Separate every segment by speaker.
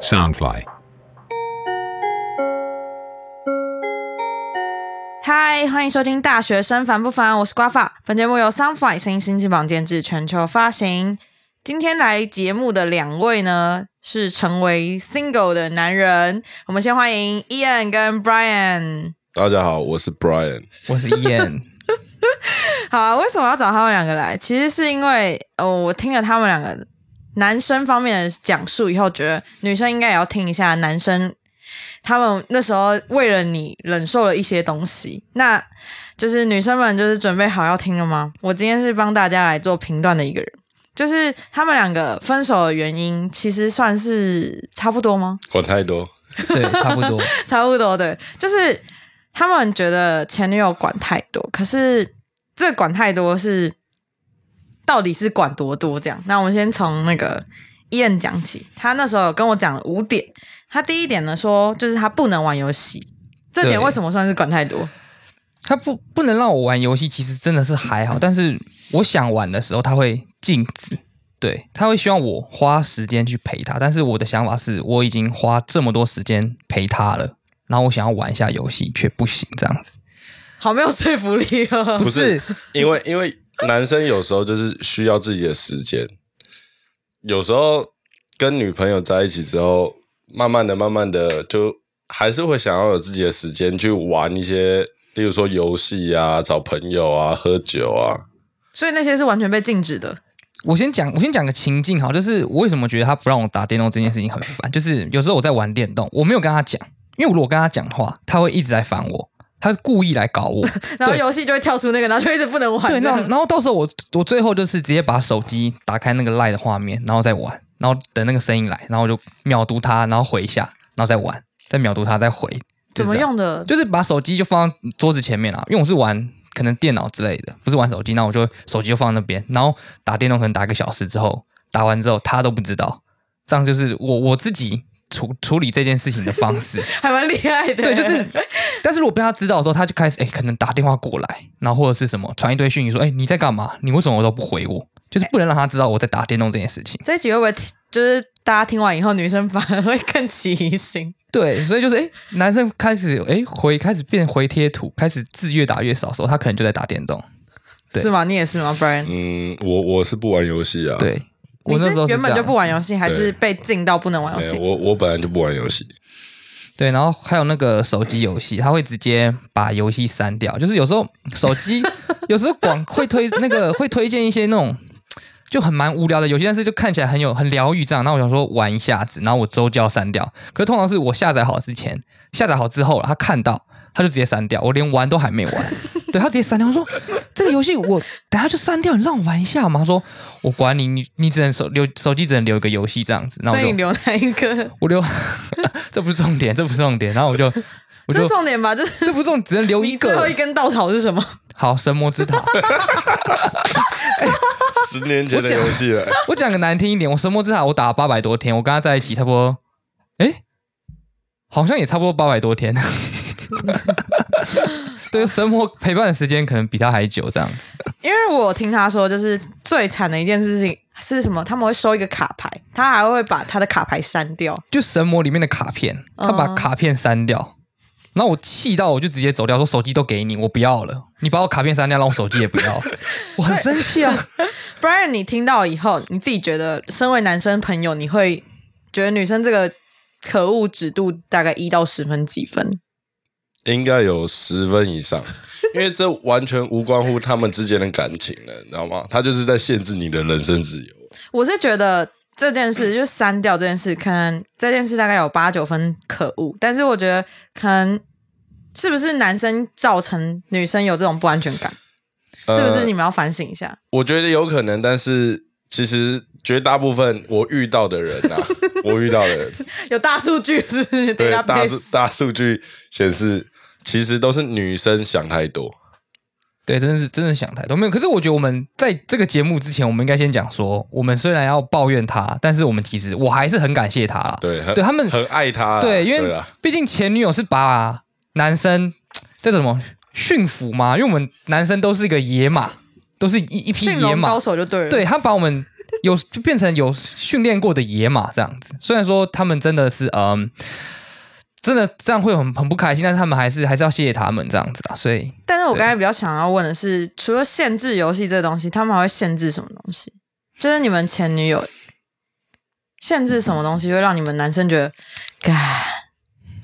Speaker 1: Soundfly.
Speaker 2: 嗨，欢迎收听《大学生烦不烦》，我是瓜法。本节目由 Sunfly 声音新翅膀监制，全球发行。今天来节目的两位呢，是成为 single 的男人。我们先欢迎 Ian 跟 Brian。
Speaker 3: 大家好，我是 Brian。
Speaker 4: 我是 Ian，
Speaker 2: 好、啊，为什么要找他们两个来？其实是因为，呃，我听了他们两个男生方面的讲述以后，觉得女生应该也要听一下男生他们那时候为了你忍受了一些东西。那就是女生们就是准备好要听了吗？我今天是帮大家来做评断的一个人，就是他们两个分手的原因，其实算是差不多吗？
Speaker 3: 管太多，
Speaker 4: 对，差不多。
Speaker 2: 差不多的，就是他们觉得前女友管太多，可是这管太多是到底是管多多这样？那我们先从那个伊恩讲起，他那时候有跟我讲了五点，他第一点呢说就是他不能玩游戏，这点
Speaker 4: 对
Speaker 2: 为什么算是管太多？
Speaker 4: 他不不能让我玩游戏，其实真的是还好，但是我想玩的时候，他会禁止，对，他会希望我花时间去陪他。但是我的想法是，我已经花这么多时间陪他了，然后我想要玩一下游戏，却不行这样子。
Speaker 2: 好没有说服力哦。
Speaker 4: 不是，
Speaker 3: 因为因为男生有时候就是需要自己的时间，有时候跟女朋友在一起之后，慢慢的、慢慢的，就还是会想要有自己的时间去玩一些，例如说游戏啊、找朋友啊、喝酒啊。
Speaker 2: 所以那些是完全被禁止的。
Speaker 4: 我先讲，我先讲个情境好，就是我为什么觉得他不让我打电动这件事情很烦，就是有时候我在玩电动，我没有跟他讲，因为如果我跟他讲的话，他会一直在烦我，他故意来搞我。
Speaker 2: 然后
Speaker 4: 对
Speaker 2: 游戏就会跳出 那个，然后就一直不能玩。
Speaker 4: 对，
Speaker 2: 这
Speaker 4: 那
Speaker 2: 样
Speaker 4: 然后到时候我我最后就是直接把手机打开那个 Line 的画面，然后再玩，然后等那个声音来，然后我就秒读它，然后回一下，然后再玩，再秒读它，再回。
Speaker 2: 怎
Speaker 4: 就是
Speaker 2: 么
Speaker 4: 这样？
Speaker 2: 用的？
Speaker 4: 就是把手机就放到桌子前面啊啦，因为我是玩可能电脑之类的，不是玩手机，那我就手机就放那边，然后打电动可能打一个小时之后，打完之后他都不知道，这样就是我我自己处处理这件事情的方式。
Speaker 2: 还蛮厉害的。
Speaker 4: 对， 就是，但是如果被他知道的时候，他就开始哎、诶可能打电话过来，然后或者是什么传一堆讯息说，哎、你在干嘛？你为什么都不回我？就是不能让他知道我在打电动这件事情。
Speaker 2: 这一集会不会听就是大家听完以后，女生反而会更起疑心？
Speaker 4: 对，所以就是哎、诶男生开始哎、诶回开始变回贴图，开始字越打越少的时候，他可能就在打电动。对
Speaker 2: 是吗？你也是吗，Brian？
Speaker 3: 嗯，我我是不玩游戏啊。
Speaker 4: 对，我那时候
Speaker 2: 你是原本就不
Speaker 4: 玩。
Speaker 2: 玩游戏，还是被禁到不能玩游
Speaker 3: 没有，
Speaker 2: 戏？
Speaker 3: 我我本来就不玩游戏。
Speaker 4: 对，然后还有那个手机游戏，他会直接把游戏删掉。就是有时候手机有时候广会推那个会推荐一些那种就很蛮无聊的游戏，但是就看起来很有很疗愈这样。那我想说玩一下子，然后我之后就要删掉。可是通常是我下载好之前，下载好之后，他看到他就直接删掉，我连玩都还没玩。对他直接删掉，他说这个游戏我等下就删掉，你让我玩一下嘛。他说我管你，你你只能手留手机只能留一个游戏这样子。那我
Speaker 2: 所以
Speaker 4: 就
Speaker 2: 你留哪一个？
Speaker 4: 我留，这不是重点，这不是重点。然后我就， 我
Speaker 2: 这
Speaker 4: 就是
Speaker 2: 重点吧，就是
Speaker 4: 这不是重点，只能留一
Speaker 2: 你最后一
Speaker 4: 个。
Speaker 2: 根稻草是什么？
Speaker 4: 好，神魔之塔，
Speaker 3: 十年前的游戏了，
Speaker 4: 我讲个难听一点，我神魔之塔我打了八百多天，我跟他在一起差不多，哎，好像也差不多八百多天。 对，神魔陪伴的时间可能比他还久，这样子。
Speaker 2: 因为我听他说，就是最惨的一件事情是什么？他们会收一个卡牌，他还会把他的卡牌删掉。
Speaker 4: 就神魔里面的卡片，他把
Speaker 2: 嗯
Speaker 4: 卡片删掉。然后我气到，我就直接走掉，说手机都给你，我不要了。你把我卡片删掉，让我手机也不要，我很生气啊。
Speaker 2: Brian，你听到以后，你自己觉得，身为男生朋友，你会觉得女生这个可恶指度大概一到十分几分？
Speaker 3: 应该有十分以 上，因为这完全无关乎他们之间的感情了，你知道吗？他就是在限制你的人身自由。
Speaker 2: 我是觉得这件 事就是删掉这件事，可能这件事大概有八九分可恶，但是我觉得可能是不是男生造成女生有这种不安全感，
Speaker 4: 呃
Speaker 2: 是不是？你们要反省一下。
Speaker 3: 我觉得有可能，但是其实绝大部分我遇到的人 啊，我遇到的人，
Speaker 2: 有大数据是不是？
Speaker 3: 对
Speaker 2: database
Speaker 3: 大数大数据显示，其实都是女生想太多。
Speaker 4: 对，真的是真的想太多没有。可是我觉得我们在这个节目之前，我们应该先讲说，我们虽然要抱怨他，但是我们其实我还是很感谢他啦。
Speaker 3: 对，啊很
Speaker 4: 对他们
Speaker 3: 很爱他啦，
Speaker 4: 对，因为
Speaker 3: 啦
Speaker 4: 毕竟前女友是把男生这叫什么驯服嘛，因为我们男生都是一个野马，都是一一匹
Speaker 2: 驯
Speaker 4: 野
Speaker 2: 龙
Speaker 4: 马
Speaker 2: 高，手就对了。
Speaker 4: 对，他把我们有就变成有训练过的野马这样子。虽然说他们真的是嗯，真的这样会很很不开心，但是他们还是还是要谢谢他们这样子啊。所以
Speaker 2: 但是我刚才比较想要问的是，除了限制游戏这东西，他们还会限制什么东西？就是你们前女友限制什么东西会让你们男生觉得，唉，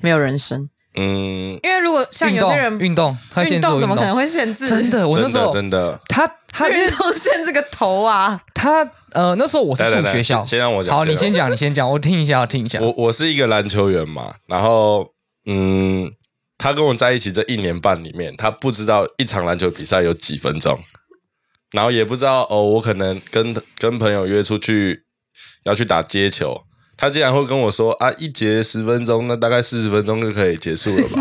Speaker 2: 没有人生？
Speaker 3: 嗯，
Speaker 2: 因为如果像
Speaker 4: 运
Speaker 2: 有
Speaker 4: 动
Speaker 2: 些人
Speaker 4: 运动，他会
Speaker 2: 运
Speaker 4: 先做
Speaker 2: 动
Speaker 4: 运
Speaker 2: 怎么可能会限制？
Speaker 4: 真的？我那
Speaker 3: 真
Speaker 4: 时
Speaker 3: 的
Speaker 4: 候
Speaker 3: 真的，
Speaker 4: 他他因
Speaker 2: 运
Speaker 4: 为
Speaker 2: 动限制个头啊！
Speaker 4: 他呃那时候我是
Speaker 3: 来来
Speaker 4: 住
Speaker 3: 来
Speaker 4: 学校，
Speaker 3: 先先让我讲
Speaker 4: 好，
Speaker 3: 先让我
Speaker 4: 你先讲，你先讲，我听一下，我听一下。
Speaker 3: 我我是一个篮球员嘛，然后嗯，他跟我在一起这一年半里面，他不知道一场篮球比赛有几分钟，然后也不知道哦，我可能跟跟朋友约出去要去打街球，他竟然会跟我说啊，一节十分钟，那大概四十分钟就可以结束了吧？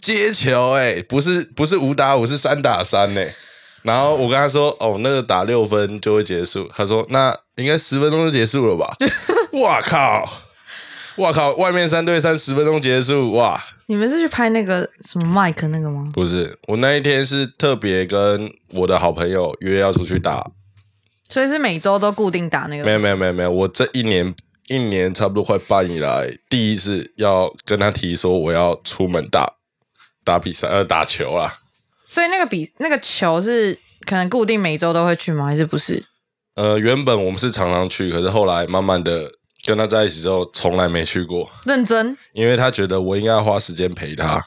Speaker 3: 接球哎、不是不是五打五，是三打三哎、然后我跟他说，哦，那个打六分就会结束。他说，那应该十分钟就结束了吧？哇靠！哇靠！外面三对三，十分钟结束哇！
Speaker 2: 你们是去拍那个什么麦克那个吗？
Speaker 3: 不是，我那一天是特别跟我的好朋友约要出去打，
Speaker 2: 所以是每周都固定打那个？
Speaker 3: 没有没有没有没有，我这一年一年差不多快半以来，第一次要跟他提说我要出门打打比赛，呃，打球啦。
Speaker 2: 所以那个比那个球是可能固定每周都会去吗？还是不是？
Speaker 3: 呃，原本我们是常常去，可是后来慢慢的跟他在一起之后，从来没去过，
Speaker 2: 认真
Speaker 3: 因为他觉得我应该要花时间陪他。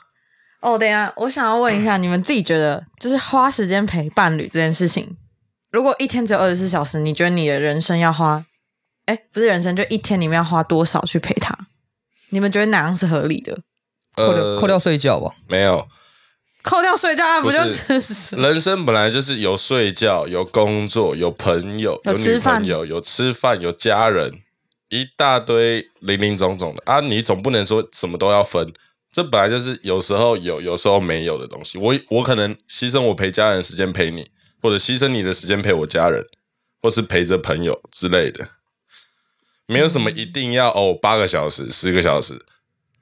Speaker 2: 哦。等一下，我想要问一下，你们自己觉得就是花时间陪伴侣这件事情，如果一天只有二十四小时，你觉得你的人生要花？哎，不是人生，就一天里面要花多少去陪他？你们觉得哪样是合理的？
Speaker 4: 扣掉
Speaker 3: 呃，
Speaker 4: 扣掉睡觉吧，
Speaker 3: 没有，
Speaker 2: 扣掉睡觉，啊不就
Speaker 3: 不是
Speaker 2: 是是
Speaker 3: 人生本来就是有睡觉、有工作、有朋友、
Speaker 2: 有
Speaker 3: 有
Speaker 2: 吃
Speaker 3: 女
Speaker 2: 饭
Speaker 3: 朋友、有吃饭、有家人，一大堆零零总总的啊！你总不能说什么都要分，这本来就是有时候有，有时候没有的东西。我我可能牺牲我陪家人的时间陪你，或者牺牲你的时间陪我家人，或是陪着朋友之类的，没有什么一定要哦八个小时、十个小时，
Speaker 2: 嗯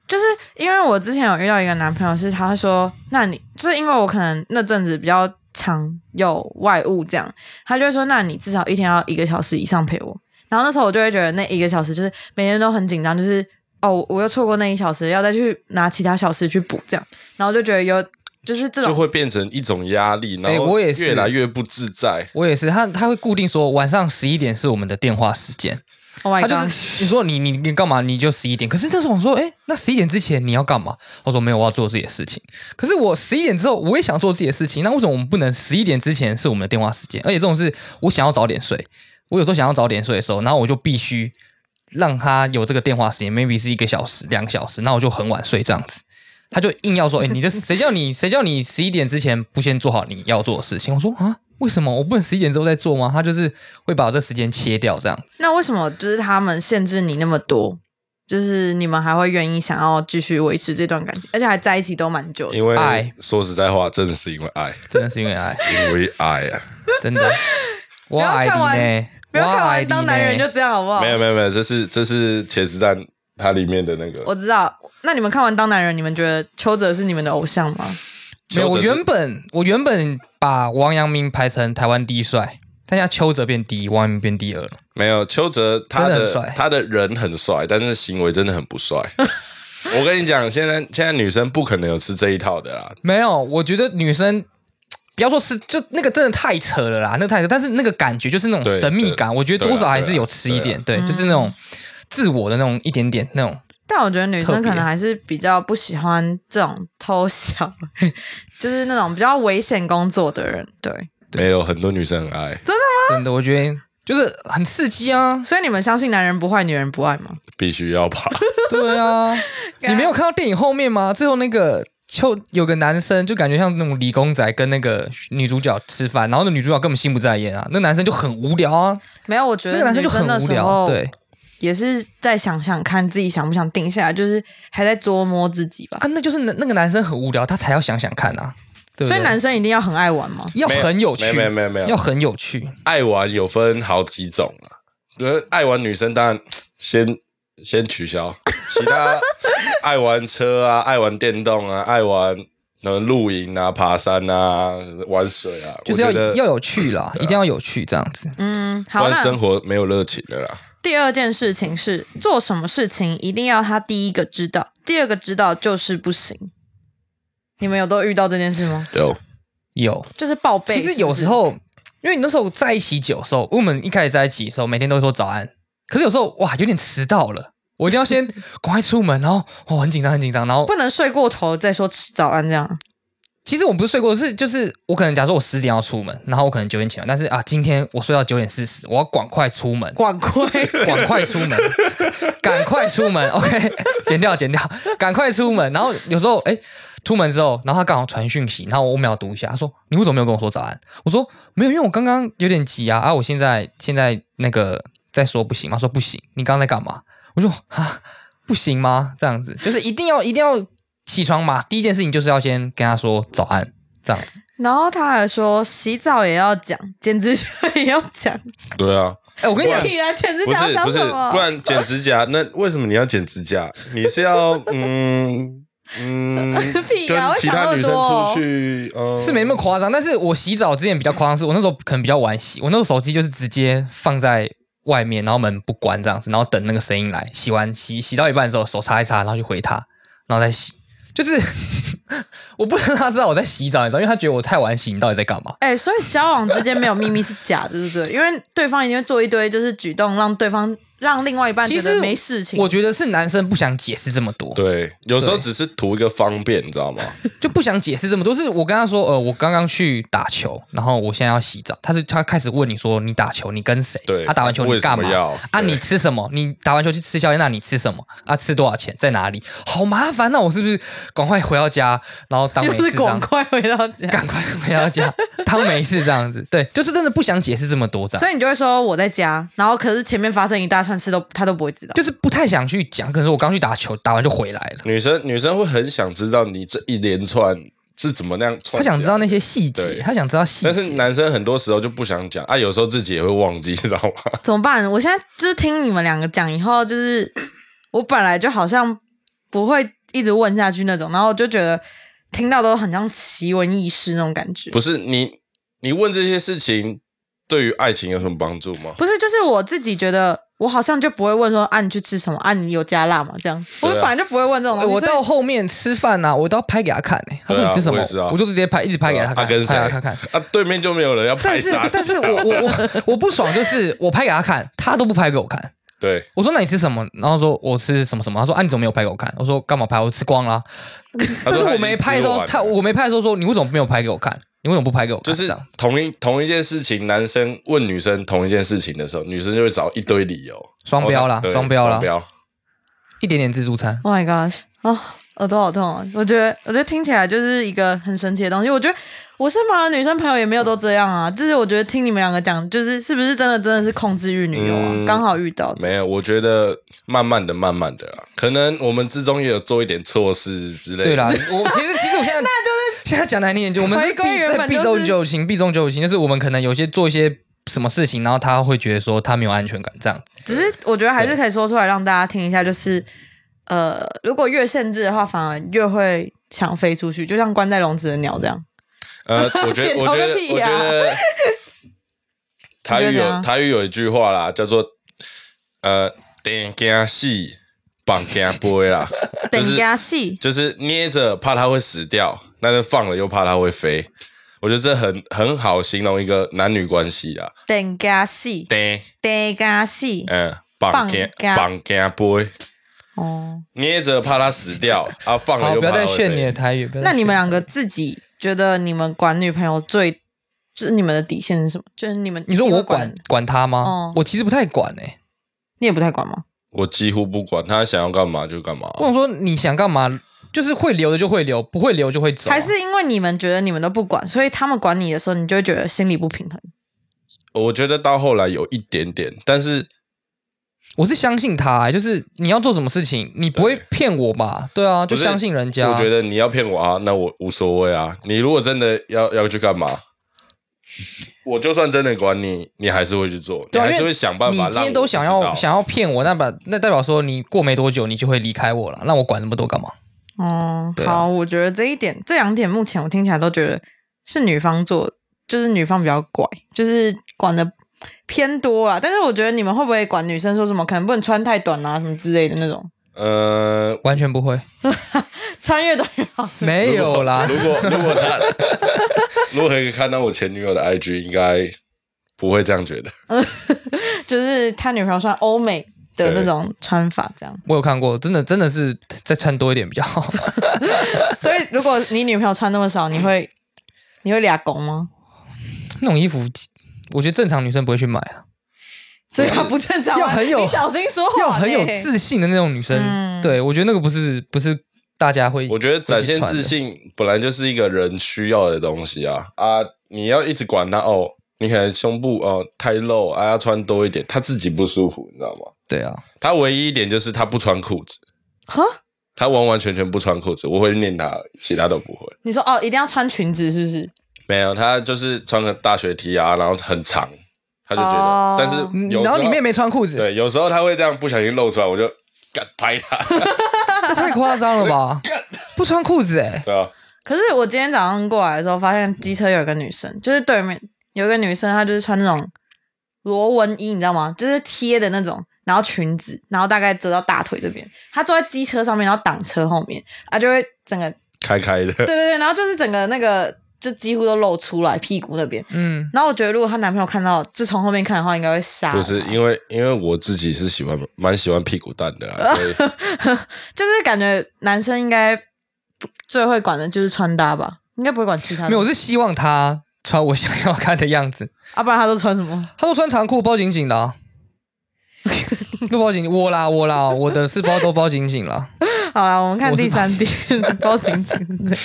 Speaker 2: 就是因为我之前有遇到一个男朋友，是他会说，那你就是因为我可能那阵子比较常有外务这样，他就会说，那你至少一天要一个小时以上陪我。然后那时候我就会觉得那一个小时就是每天都很紧张，就是哦，我又错过那一小时，要再去拿其他小时去补这样，然后就觉得有就是这
Speaker 3: 就
Speaker 2: 种
Speaker 3: 会变成一种压力，然后
Speaker 4: 我也是
Speaker 3: 越来越不自在。
Speaker 4: 我也是，他他会固定说晚上十一点是我们的电话时间，
Speaker 2: ，Oh my
Speaker 4: 他
Speaker 2: god，、
Speaker 4: 就是你说你你你干嘛你就十一点，可是那时候我说，哎，那十一点之前你要干嘛？我说没有，我要做自己的事情。可是我十一点之后我也想做自己的事情，那为什么我们不能十一点之前是我们的电话时间？而且这种是我想要早点睡，我有时候想要早点睡的时候，然后我就必须让他有这个电话时间，maybe 是一个小时、两个小时，那我就很晚睡这样子。他就硬要说，哎、你这谁叫你谁叫你十一点之前不先做好你要做的事情？我说啊，为什么我不能十一点之后再做吗？他就是会把我这时间切掉这样子。
Speaker 2: 那为什么就是他们限制你那么多？就是你们还会愿意想要继续维持这段感情，而且还在一起都蛮久的。
Speaker 3: 因为
Speaker 4: 爱
Speaker 3: 说实在话，真的是因为爱，
Speaker 4: 真的是因为爱，
Speaker 3: 因为爱啊！
Speaker 4: 真的。我爱
Speaker 2: 看完
Speaker 4: 你呢，
Speaker 2: 不要
Speaker 4: 我
Speaker 2: 看
Speaker 4: 爱
Speaker 2: 完
Speaker 4: 你
Speaker 2: 当男人
Speaker 4: 呢
Speaker 2: 就这样好不好？
Speaker 3: 没有没有没有，这是这是茄子蛋它里面的那个。
Speaker 2: 我知道。那你们看完《当男人》，你们觉得邱泽是你们的偶像吗？
Speaker 4: 没有。我
Speaker 3: 邱泽是
Speaker 4: 原本我原本把王阳明排成台湾第一帅，但现在邱泽变第一，王阳明变第二了。
Speaker 3: 没有邱泽，他
Speaker 4: 真的很
Speaker 3: 的
Speaker 4: 帅
Speaker 3: 他的人很帅，但是行为真的很不 帅。我跟你讲，现在现在女生不可能有吃这一套的啦。
Speaker 4: 没有，我觉得女生不要说是就那个真的太扯了啦，那个太扯，但是那个感觉就是那种
Speaker 3: 对
Speaker 4: 神秘感，我觉得多
Speaker 3: 对
Speaker 4: 少
Speaker 3: 啊
Speaker 4: 还是有吃一点，
Speaker 2: 啊
Speaker 4: 对，就是那种自我的那种一点点那种。
Speaker 2: 但我觉得女生
Speaker 4: 特别
Speaker 2: 可能还是比较不喜欢这种偷笑， 就是那种比较危险工作的人。对，，
Speaker 3: 没有很多女生很爱，
Speaker 4: 真的，我觉得就是很刺激啊
Speaker 2: 所以你们相信男人不坏，女人不爱吗？
Speaker 3: 必须要吧？
Speaker 4: 对啊，你没有看到电影后面吗？最后那个就有个男生，就感觉像那种理工仔跟那个女主角吃饭，然后那女主角根本心不在焉啊，那男生就很无聊啊，
Speaker 2: 没有，我觉
Speaker 4: 那个
Speaker 2: 得
Speaker 4: 男生
Speaker 2: 女
Speaker 4: 就很
Speaker 2: 生的
Speaker 4: 无
Speaker 2: 时
Speaker 4: 聊，
Speaker 2: 候
Speaker 4: 对
Speaker 2: 也是在想想看自己想不想定下来，就是还在捉摸自己吧。
Speaker 4: 啊，那就是那那个男生很无聊，他才要想想看啊，对不
Speaker 2: 所
Speaker 4: 对
Speaker 2: 以男生一定要很爱玩吗？
Speaker 4: 要
Speaker 3: 没有
Speaker 4: 很有趣，
Speaker 3: 没有没有没有没有
Speaker 4: 要很有趣，
Speaker 3: 爱玩有分好几种啊，比如爱玩女生，当然先 先取消，其他爱玩车啊，爱玩电动啊，爱玩呃，露营啊、爬山啊、玩水啊，
Speaker 4: 就是要
Speaker 3: 我觉得啊
Speaker 4: 要有趣啦，一定要有趣这样子。
Speaker 2: 嗯，
Speaker 3: 不
Speaker 2: 好，
Speaker 3: 然生
Speaker 2: 那
Speaker 3: 活没有热情了啦。
Speaker 2: 第二件事情是做什么事情一定要他第一个知道，第二个知道就是不行。你们有都遇到这件事吗？
Speaker 3: 有
Speaker 4: 有，
Speaker 2: 就是报备。
Speaker 4: 其实有时
Speaker 2: 是
Speaker 4: 候，因为你那时候在一起久的时候，我们一开始在一起的时候，每天都会说早安，可是有时候哇，有点迟到了，我一定 要先赶快出门，然后哦很紧张很紧张，然后
Speaker 2: 不是不能睡过头再说吃早安这样。
Speaker 4: 其实我不是睡过，是就是我可能假如说我十点要出门，然后我可能九点起来，但是啊今天我睡到九点四十，我要赶快出门，
Speaker 2: 管规
Speaker 4: 赶快出门，赶快出门，OK，剪掉剪掉，赶快出门。然后有时候哎，出门之后，然后他刚好传讯息，然后我秒读一下，他说你为什么没有跟我说早安？我说没有，因为我刚刚有点急啊，啊，我现在现在那个再说不行吗？他说不行，你刚刚在干嘛？我说啊，不行吗？这样子就是一定要一定要起床嘛，第一件事情就是要先跟他说早安，这样子。
Speaker 2: 然后他还说洗澡也要讲，剪指甲也要讲。
Speaker 3: 对啊，
Speaker 4: 哎，我跟你讲，
Speaker 2: 你来剪指
Speaker 3: 不
Speaker 2: 甲要
Speaker 3: 是
Speaker 2: 讲
Speaker 3: 不是
Speaker 2: 什，么？
Speaker 3: 不然剪指甲，那为什么你要剪指甲？你是 要嗯嗯，
Speaker 2: 屁啊
Speaker 3: 跟其
Speaker 2: 我想
Speaker 3: 他
Speaker 2: 那么
Speaker 3: 女生
Speaker 2: 多哦
Speaker 3: 出去，嗯，
Speaker 4: 是没那么夸张，但是我洗澡之前比较夸张，是我那时候可能比较晚洗，我那时候手机就是直接放在外面，然后门不关这样子，然后等那个声音来，洗完洗洗到一半的时候手擦一擦，然后就回他，然后再洗，就是 我不能让他知道我在洗澡，你知道，因为他觉得我太晚洗，你到底在干嘛？
Speaker 2: 哎、所以交往之间没有秘密是假的，对不对？因为对方一定会做一堆就是举动，让对方让另外一半
Speaker 4: 其
Speaker 2: 觉
Speaker 4: 实
Speaker 2: 得啊没事情。
Speaker 4: 我觉得是男生不想解释这么多，
Speaker 3: 对，有时候
Speaker 4: 对
Speaker 3: 只是图一个方便，你知道吗？
Speaker 4: 就不想解释这么多。是我跟他说，呃，我刚刚去打球，然后我现在要洗澡。他是他开始问你说，你打球你跟谁？
Speaker 3: 对
Speaker 4: 他、打完球你干嘛
Speaker 3: 为什么要？
Speaker 4: 啊，
Speaker 3: 对
Speaker 4: 你吃什么？你打完球去吃宵夜，那你吃什么？啊，吃多少钱？在哪里？好麻烦那我是不是赶快回到家，然后当没
Speaker 2: 就
Speaker 4: 事
Speaker 2: 是
Speaker 4: 这
Speaker 2: 赶
Speaker 4: 样？
Speaker 2: 快回到家，
Speaker 4: 赶快回到家，当没事这样子。对，就是真的不想解释这么多，这样
Speaker 2: 所以你就会说我在家，然后可是前面发生一大串事都他都不会知道。
Speaker 4: 就是不太想去讲。可能是我刚去打球，打完就回来了。
Speaker 3: 女生女生会很想知道你这一连串是怎么那样
Speaker 4: 他
Speaker 3: 串，
Speaker 4: 想知道那。些细节
Speaker 3: 对，
Speaker 4: 他想知道细
Speaker 3: 但是
Speaker 4: 节。
Speaker 3: 男生很多时候就不想讲啊，有时候自己也会忘记，知道吗？
Speaker 2: 怎么办？我现在就是听你们两个讲以后，就是我本来就好像不会一直问下去那种，然后我就觉得听到都很像奇闻异事那种感觉。
Speaker 3: 不是你，你问这些事情对于爱情有什么帮助吗？
Speaker 2: 不是，就是我自己觉得，我好像就不会问说啊，你去吃什么啊，你有加辣吗？这样，我
Speaker 3: 对啊
Speaker 2: 本来就不会问这种
Speaker 4: 哎
Speaker 2: 东西。
Speaker 4: 我
Speaker 2: 所以
Speaker 4: 到后面吃饭呐、我都要拍给他看呢、他说
Speaker 3: 对啊
Speaker 4: 你吃什么，
Speaker 3: 我也是啊
Speaker 4: 我就直接拍，一直拍给他看，
Speaker 3: 啊跟谁
Speaker 4: 拍给他看。
Speaker 3: 啊，对面就没有人要拍
Speaker 4: 但是
Speaker 3: 啥？
Speaker 4: 但是我我我 我不爽，就是我拍给他看，他都不拍给我看。
Speaker 3: 对，
Speaker 4: 我说那你吃什么？然后说我吃什么什么。他说啊你怎么没有拍给我看？我说干嘛拍？我吃光啦。
Speaker 3: 他
Speaker 4: 但
Speaker 3: 说
Speaker 4: 是
Speaker 3: 他
Speaker 4: 我
Speaker 3: 已经
Speaker 4: 没
Speaker 3: 吃
Speaker 4: 拍的时
Speaker 3: 完
Speaker 4: 候，
Speaker 3: 了
Speaker 4: 他我没拍的时候说你为什么没有拍给我看？你为什么不拍给我
Speaker 3: 就
Speaker 4: 看？这
Speaker 3: 是
Speaker 4: 样
Speaker 3: 同一同一件事情，男生问女生同一件事情的时候，女生就会找一堆理由，
Speaker 4: 双标啦
Speaker 3: 哦对
Speaker 4: 双标啦
Speaker 3: 双标。
Speaker 4: 一点点自助餐。
Speaker 2: Oh my gosh！哦，耳朵好痛啊！我觉得，我觉得听起来就是一个很神奇的东西。我觉得我身旁的女生朋友也没有都这样啊，就是我觉得听你们两个讲，就是是不是真的真的是控制欲女友啊？
Speaker 3: 嗯
Speaker 2: 刚好遇到的，
Speaker 3: 没有，我觉得慢慢的、慢慢的啦，可能我们之中也有做一点错事之类的。
Speaker 4: 对啦，我其实其实我现在 那就是现在讲难听点，就我们是
Speaker 2: 回
Speaker 4: 避
Speaker 2: 归原本
Speaker 4: 在避
Speaker 2: 就是
Speaker 4: 重就轻，避重就轻，就是我们可能有些做一些什么事情，然后他会觉得说他没有安全感这样。
Speaker 2: 只是我觉得还是可以说出来让大家听一下，就是呃，如果越限制的话，反而越会想飞出去，就像关在笼子的鸟这样。
Speaker 3: 呃，我觉
Speaker 2: 点
Speaker 3: 得，
Speaker 2: 头
Speaker 3: 我觉得
Speaker 2: 个，屁
Speaker 3: 我
Speaker 2: 呀
Speaker 3: 觉得台
Speaker 2: 你觉得
Speaker 3: 语
Speaker 2: 怎样
Speaker 3: 有台语有一句话啦，叫做呃“点惊戏，绑惊杯”啦，就
Speaker 2: 等
Speaker 3: 是
Speaker 2: 压戏，
Speaker 3: 就是捏着怕它会死掉，但是放了又怕它会飞。我觉得这很很好形容一个男女关系啦。
Speaker 2: 等压戏，
Speaker 3: 点
Speaker 2: 等压戏。
Speaker 3: 嗯，绑惊
Speaker 2: 绑
Speaker 3: 绑惊杯，
Speaker 2: 哦，
Speaker 3: 捏着怕它死掉，啊放了
Speaker 4: 好，
Speaker 3: 又
Speaker 4: 不要
Speaker 3: 怕它
Speaker 4: 再
Speaker 3: 会
Speaker 4: 炫你的
Speaker 3: 飞。
Speaker 4: 台语。不要再
Speaker 2: 那你们
Speaker 4: 炫
Speaker 2: 两个自己觉得你们管女朋友最，就是你们的底线是什么？就是你们
Speaker 4: 你说
Speaker 2: 一定
Speaker 4: 我
Speaker 2: 会
Speaker 4: 管管他吗？
Speaker 2: 哦
Speaker 4: 我其实不太管欸诶、
Speaker 2: 你也不太管吗？
Speaker 3: 我几乎不管他想要干嘛就干嘛。啊
Speaker 4: 我想说你想干嘛，就是会留的就会留，不会留就会走啊、
Speaker 2: 还是因为你们觉得你们都不管，所以他们管你的时候，你就会觉得心里不平衡？
Speaker 3: 我觉得到后来有一点点，但是
Speaker 4: 我是相信他、欸就是你要做什么事情，你不会
Speaker 3: 对
Speaker 4: 骗我吧？对啊，就
Speaker 3: 不是
Speaker 4: 相信人家。
Speaker 3: 我觉得你要骗我啊，那我无所谓啊。你如果真的要要去干嘛，我就算真的管你，你还是会去做，
Speaker 4: 对啊，
Speaker 3: 你还
Speaker 4: 因
Speaker 3: 是
Speaker 4: 为
Speaker 3: 会想办
Speaker 4: 你
Speaker 3: 法让我知道。
Speaker 4: 今天都想要想要骗我，那把那代表说你过没多久你就会离开我了，那我管那么多干嘛？
Speaker 2: 哦，
Speaker 4: 对啊
Speaker 2: 好，我觉得这一点，这两点目前我听起来都觉得是女方做，就是女方比较拐，就是管的偏多啦。但是我觉得你们会不会管女生说什么，可能不能穿太短啊，什么之类的那种，
Speaker 3: 呃，
Speaker 4: 完全不会，
Speaker 2: 穿越短 越好是不是
Speaker 4: 没有啦
Speaker 3: 如。果如果他 如果可以看到我前女友的 IG，应该不会这样觉得。
Speaker 2: 就是他女朋友穿欧美的那种穿法这样。
Speaker 4: 我有看过，真的真的是再穿多一点比较好，
Speaker 2: 所以如果你女朋友穿那么少，你 会你会俩拱吗？
Speaker 4: 那种衣服，我觉得正常女生不会去买啊
Speaker 2: 所以她不正常啊，
Speaker 4: 要很有
Speaker 2: 你小心说话呢，欸
Speaker 4: 要很有自信的那种女生，
Speaker 2: 哦嗯
Speaker 4: 对我觉得那个不是不是大家会，
Speaker 3: 我觉得展现
Speaker 4: 会去
Speaker 3: 自信本来就是一个人需要的东西啊啊！你要一直管他哦，你可能胸部哦太露啊，要穿多一点，他自己不舒服，你知道吗？
Speaker 4: 穿的，对啊，
Speaker 3: 他唯一一点就是他不穿裤子，
Speaker 2: 哈。
Speaker 3: 他完完全全不穿裤子，我会念他，其他都不会。
Speaker 2: 你说哦，一定要穿裙子是不是？
Speaker 3: 没有，他就是穿个大学 T 啊，然后很长，他就觉得，
Speaker 2: 哦
Speaker 3: 但是
Speaker 4: 嗯
Speaker 3: 有时
Speaker 4: 然
Speaker 3: 候
Speaker 4: 后里面没穿裤子，
Speaker 3: 对，有时候他会这样不小心露出来，我就敢拍他，
Speaker 4: 这太夸张 了吧？不穿裤子哎、欸，
Speaker 3: 对啊吧、
Speaker 2: 可是我今天早上过来的时候，发现机车有一个女生，就是对面有一个女生，她就是穿那种罗纹衣，你知道吗？就是贴的那种，然后裙子，然后大概遮到大腿这边。她坐在机车上面，然后挡车后面，啊，就会整个
Speaker 3: 开开的，
Speaker 2: 对对对，然后就是整个那个就几乎都露出来屁股那边。
Speaker 4: 嗯，
Speaker 2: 然后我觉得，如果她男朋友看到，就从后面看的话，应该会杀了
Speaker 3: 不
Speaker 2: 吧。
Speaker 3: 是因为因为我自己是喜欢蛮喜欢屁股蛋的啦，所以。
Speaker 2: 就是感觉男生应该不最会管的就是穿搭吧，应该不会管其他的。
Speaker 4: 没有，我是希望她穿我想要看的样子。
Speaker 2: 啊，不然他都穿什 么？
Speaker 4: 她都穿长裤，包紧紧的、啊，都包紧紧。我啦我啦，我的是包都包紧紧了。
Speaker 2: 好了，我们看
Speaker 4: 我是
Speaker 2: 第三点，包紧紧的。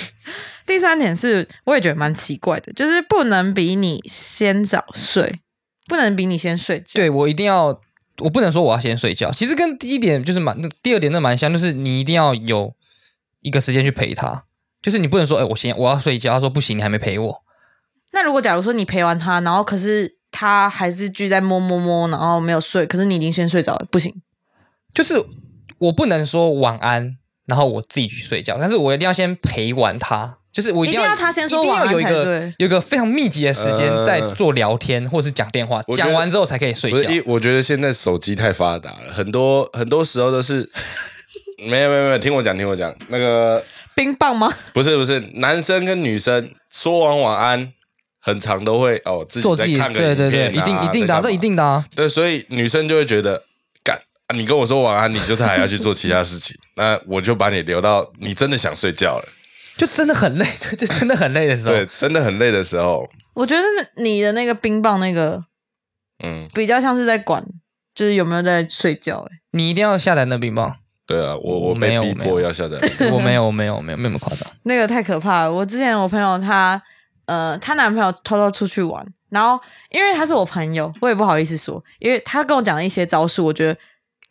Speaker 2: 第三点是，我也觉得蛮奇怪的，就是不能比你先早睡，不能比你先睡觉。
Speaker 4: 对我一定要，我不能说我要先睡觉。其实跟第一点就是蛮，那第二点那蛮像，就是你一定要有一个时间去陪她。就是你不能说，哎、我先我要睡觉。她说不行，你还没陪我。
Speaker 2: 那如果假如说你陪完他，然后可是他还是继续在摸摸摸，然后没有睡，可是你已经先睡着了，不行。
Speaker 4: 就是我不能说晚安，然后我自己去睡觉，但是我一定要先陪完她。就是我
Speaker 2: 一
Speaker 4: 要
Speaker 2: 定要她先说
Speaker 4: 一定
Speaker 2: 晚
Speaker 4: 要
Speaker 2: 安
Speaker 4: 有一
Speaker 2: 才
Speaker 4: 个
Speaker 2: 对
Speaker 4: 有一个非常密集的时间
Speaker 3: 呃
Speaker 4: 在做聊天或是讲电话，
Speaker 3: 我觉得
Speaker 4: 讲完之后才可以睡
Speaker 3: 不是，
Speaker 4: 觉。
Speaker 3: 因我觉得现在手机太发达了，很多很多时候都 是没有没有没有，听我讲，听我讲，那个
Speaker 2: 冰棒吗？
Speaker 3: 不是不是，男生跟女生说完晚安，很长都会哦自己
Speaker 4: 做自
Speaker 3: 在
Speaker 4: 己，
Speaker 3: 看个
Speaker 4: 对
Speaker 3: 影
Speaker 4: 对对，
Speaker 3: 片
Speaker 4: 一
Speaker 3: 啊
Speaker 4: 定一定的啊、
Speaker 3: 在干嘛
Speaker 4: 这一定的啊。
Speaker 3: 对，所以女生就会觉得干、啊你跟我说晚安，你就是还要去做其他事 情，那我就把你留到你真的想睡觉了，
Speaker 4: 就真的很累， 就真的很累的时候，
Speaker 3: 对，真的很累的时候，
Speaker 2: 我觉得你的那个冰棒那个
Speaker 3: 嗯，
Speaker 2: 比较像是在管，就是有没有在睡觉、欸。
Speaker 4: 你一定要下载那冰 棒。
Speaker 3: 对啊，我我
Speaker 4: 没
Speaker 3: 被
Speaker 4: 有
Speaker 3: 逼
Speaker 4: 我没有
Speaker 3: 迫要下载，
Speaker 4: 我没有，我没有，我没有，没有那么夸张。
Speaker 2: 那个太可怕了。我之前我朋友她，呃，她男朋友偷偷出去玩，然后因为他是我朋友，我也不好意思说，因为他跟我讲了一些招数，我觉得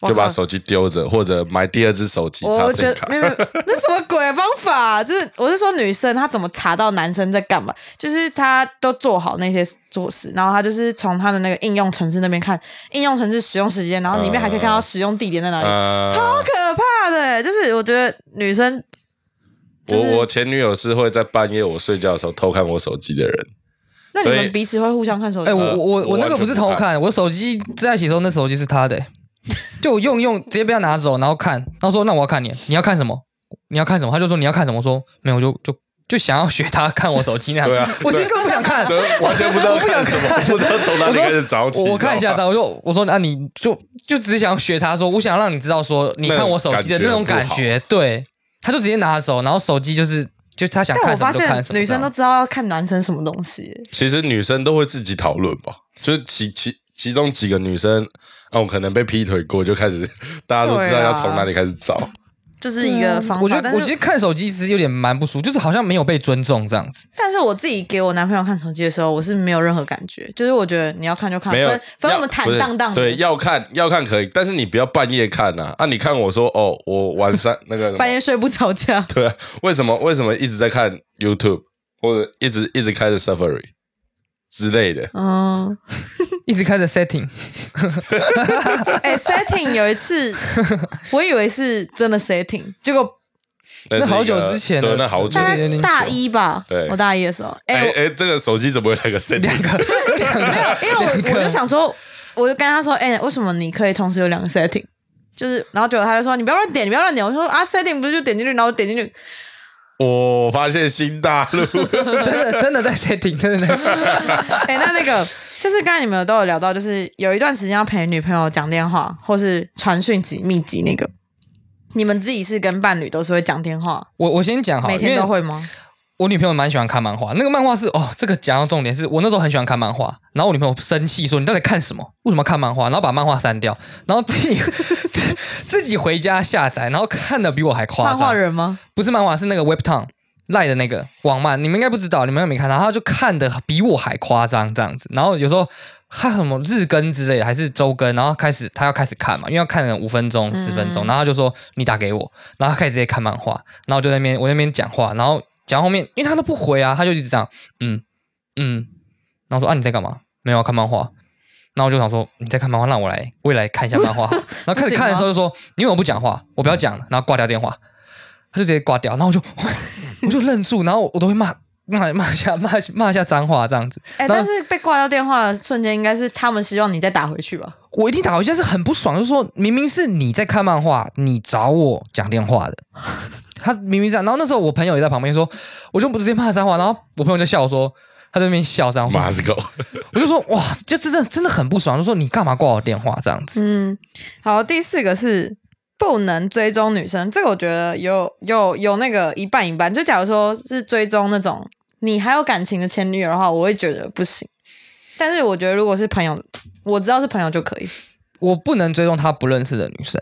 Speaker 3: 就把
Speaker 2: 哇靠
Speaker 3: 手机丢着，或者买第二只手机
Speaker 2: 我
Speaker 3: 插
Speaker 2: 我觉
Speaker 3: SIM
Speaker 2: 得
Speaker 3: 卡
Speaker 2: 没。有没 有，那什么鬼的方法啊、就是我是说女生她怎么查到男生在干嘛？就是她都做好那些做事，然后她就是从她的那个应用程式那边看应用程式使用时间，然后里面还可以看到使用地点在哪里，
Speaker 3: 呃
Speaker 2: 超可怕的、欸就是我觉得女生就是
Speaker 3: 我我前女友是会在半夜我睡觉的时候偷看我手机的 人，
Speaker 2: 那你
Speaker 3: 所以
Speaker 2: 们彼此会互相看手
Speaker 4: 哎、
Speaker 2: 机吗？
Speaker 4: 我我
Speaker 3: 呃
Speaker 4: 我那个不是偷
Speaker 3: 我完全不
Speaker 4: 看，我手机在一起的时候，那手机是他的、欸就我用一用，直接被他拿走，然后看，他说那我要看你，你要看什么？你要看什么？他就说你要看什么？我说没有，我就就就想要学他看我手机那样。
Speaker 3: 对啊
Speaker 4: 我其实根本不想看。
Speaker 3: 完全不知道看什么，不知道从哪
Speaker 4: 我
Speaker 3: 里
Speaker 4: 说
Speaker 3: 开始找起。
Speaker 4: 我我看一下，
Speaker 3: 你知道吗
Speaker 4: 然后我就我说那、你就就只想学他说，我想让你知道说你看我手机的那种感
Speaker 3: 那种感
Speaker 4: 觉，对，他就直接拿走，然后手机就是就他想
Speaker 2: 但
Speaker 4: 哎看
Speaker 2: 我
Speaker 4: 什么
Speaker 2: 发
Speaker 4: 就看
Speaker 2: 现
Speaker 4: 什么这样，
Speaker 2: 女生都知道要看男生什么东西，
Speaker 3: 其实女生都会自己讨论吧，就是其其其中几个女生，啊，我可能被劈腿过，就开始大家都知
Speaker 2: 对
Speaker 3: 道
Speaker 2: 啊
Speaker 3: 要从哪里开始找。
Speaker 2: 就是一个方法。
Speaker 4: 我觉得
Speaker 2: 但是
Speaker 4: 啊我其实看手机是有点蛮不舒服，就是好像没有被尊重这样子。
Speaker 2: 但是我自己给我男朋友看手机的时候，我是没有任何感觉，就是我觉得你要看就看，
Speaker 3: 没有
Speaker 2: 分分
Speaker 3: 要
Speaker 2: 我们坦
Speaker 3: 不是
Speaker 2: 荡荡的，
Speaker 3: 对，要看要看可以，但是你不要半夜看呐、啊。你看我说哦，我晚上那个什么
Speaker 2: 半夜睡不着觉。
Speaker 3: 对啊，为什么为什么一直在看 YouTube 或者一直一直开着 Safari 之类的？
Speaker 2: 嗯，
Speaker 4: 一直开着 setting，
Speaker 2: 哎、s e t t i n g 有一次，我以为是真的 setting，结果
Speaker 3: 是
Speaker 4: 那
Speaker 3: 一个
Speaker 4: 好久之前了
Speaker 3: 对，那好久
Speaker 2: 大
Speaker 4: 对
Speaker 3: 了
Speaker 4: 对对
Speaker 2: 概
Speaker 4: 对
Speaker 2: 大一吧，
Speaker 3: 对
Speaker 2: 我大一的时候，哎、
Speaker 3: 哎哎，这个手机怎么有两个 setting？
Speaker 4: 两个两个，
Speaker 2: 我因为我我就想说，我就跟他说，哎、为什么你可以同时有两个 setting？就是，然后结果他就说你不要乱点，你不要乱点。我说啊，setting 不是就点进去，然后我点进去，
Speaker 3: 我发现新大 陆，
Speaker 4: 真的真的在 setting，真的在
Speaker 2: 哎、那那个就是刚才你们都有聊到，就是有一段时间要陪女朋友讲电话，或是传讯息、密集那个。你们自己是跟伴侣都是会讲电话，
Speaker 4: 我我先讲好了，
Speaker 2: 每天
Speaker 4: 啊因为
Speaker 2: 都会吗？
Speaker 4: 我女朋友蛮喜欢看漫画，那个漫画是哦，这个讲到重点是我那时候很喜欢看漫画，然后我女朋友生气说你到底看什么？为什么要看漫画？然后把漫画删掉，然后自己 自自己回家下载，然后看的比我还夸
Speaker 2: 漫画
Speaker 4: 张。
Speaker 2: 人吗？
Speaker 4: 不是漫画，是那个 Webtoon 赖的那个网漫，你们应该不知道，你们又没看到，他就看的比我还夸张这样子。然后有时候他什么日更之类的还是周更，然后开始他要开始看嘛，因为要看五分钟十分钟，然后他就说你打给我，然后他开始直接看漫画，然后我就在那边我在那边讲话，然后讲到后面，因为他都不回啊，他就一直这样，嗯嗯，然后我说啊你在干嘛？没有啊看漫画。然后我就想说你在看漫画，让我来我也来看一下漫画。然后开始看的时候就说你为什么不讲话？我不要讲了，然后挂掉电话。他就直接挂掉，然后我就 我就愣住，然后我都会骂骂骂一下骂骂一下脏话这样子，
Speaker 2: 哎、
Speaker 4: 然
Speaker 2: 但
Speaker 4: 后
Speaker 2: 是被挂掉电话的瞬间，应该是他们希望你再打回去吧？
Speaker 4: 我一定打回去，但是很不爽，就说明明是你在看漫画，你找我讲电话的， 他明明这样，然后那时候我朋友也在旁边说，我就直接骂脏话，然后我朋友就笑说。他在那边笑脏话
Speaker 3: 马，子狗，
Speaker 4: 我就说哇，就真的真的很不爽，就说你干嘛挂我电话这样子？
Speaker 2: 嗯，好，第四个是不能追踪女生，这个我觉得有有有那个一半一半。就假如说是追踪那种你还有感情的前女友的话，我会觉得不行。但是我觉得如果是朋友，我知道是朋友就可以。
Speaker 4: 我不能追踪他不认识的女生，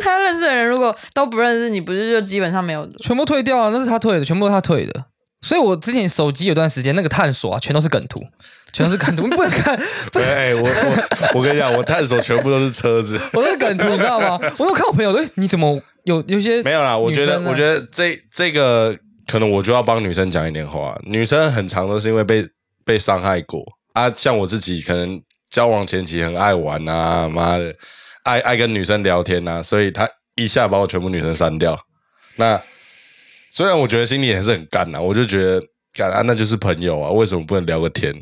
Speaker 2: 他认识的人如果都不认识你，不是就基本上没有？
Speaker 4: 全部退掉了，那是他退的，全部都是他退的。所以我之前手机有段时间那个探索啊，全都是梗图，全都是梗图，你不能看，
Speaker 3: 对，哎我我我跟你讲，我探索全部都是车子，
Speaker 4: 我是梗图，你知道吗？我有看我朋友，哎、你怎么有有些 啊
Speaker 3: 没有啦，我觉得，我觉
Speaker 4: 得
Speaker 3: 得这这个可能我就要帮女生讲一点话。女生很常都是因为被被伤害过啊，像我自己可能交往前期很爱玩啊，妈的，爱爱跟女生聊天啊，所以她一下把我全部女生删掉。那虽然我觉得心里还是很干啊呐、我就觉得干啊，那就是朋友啊，为什么不能聊个天？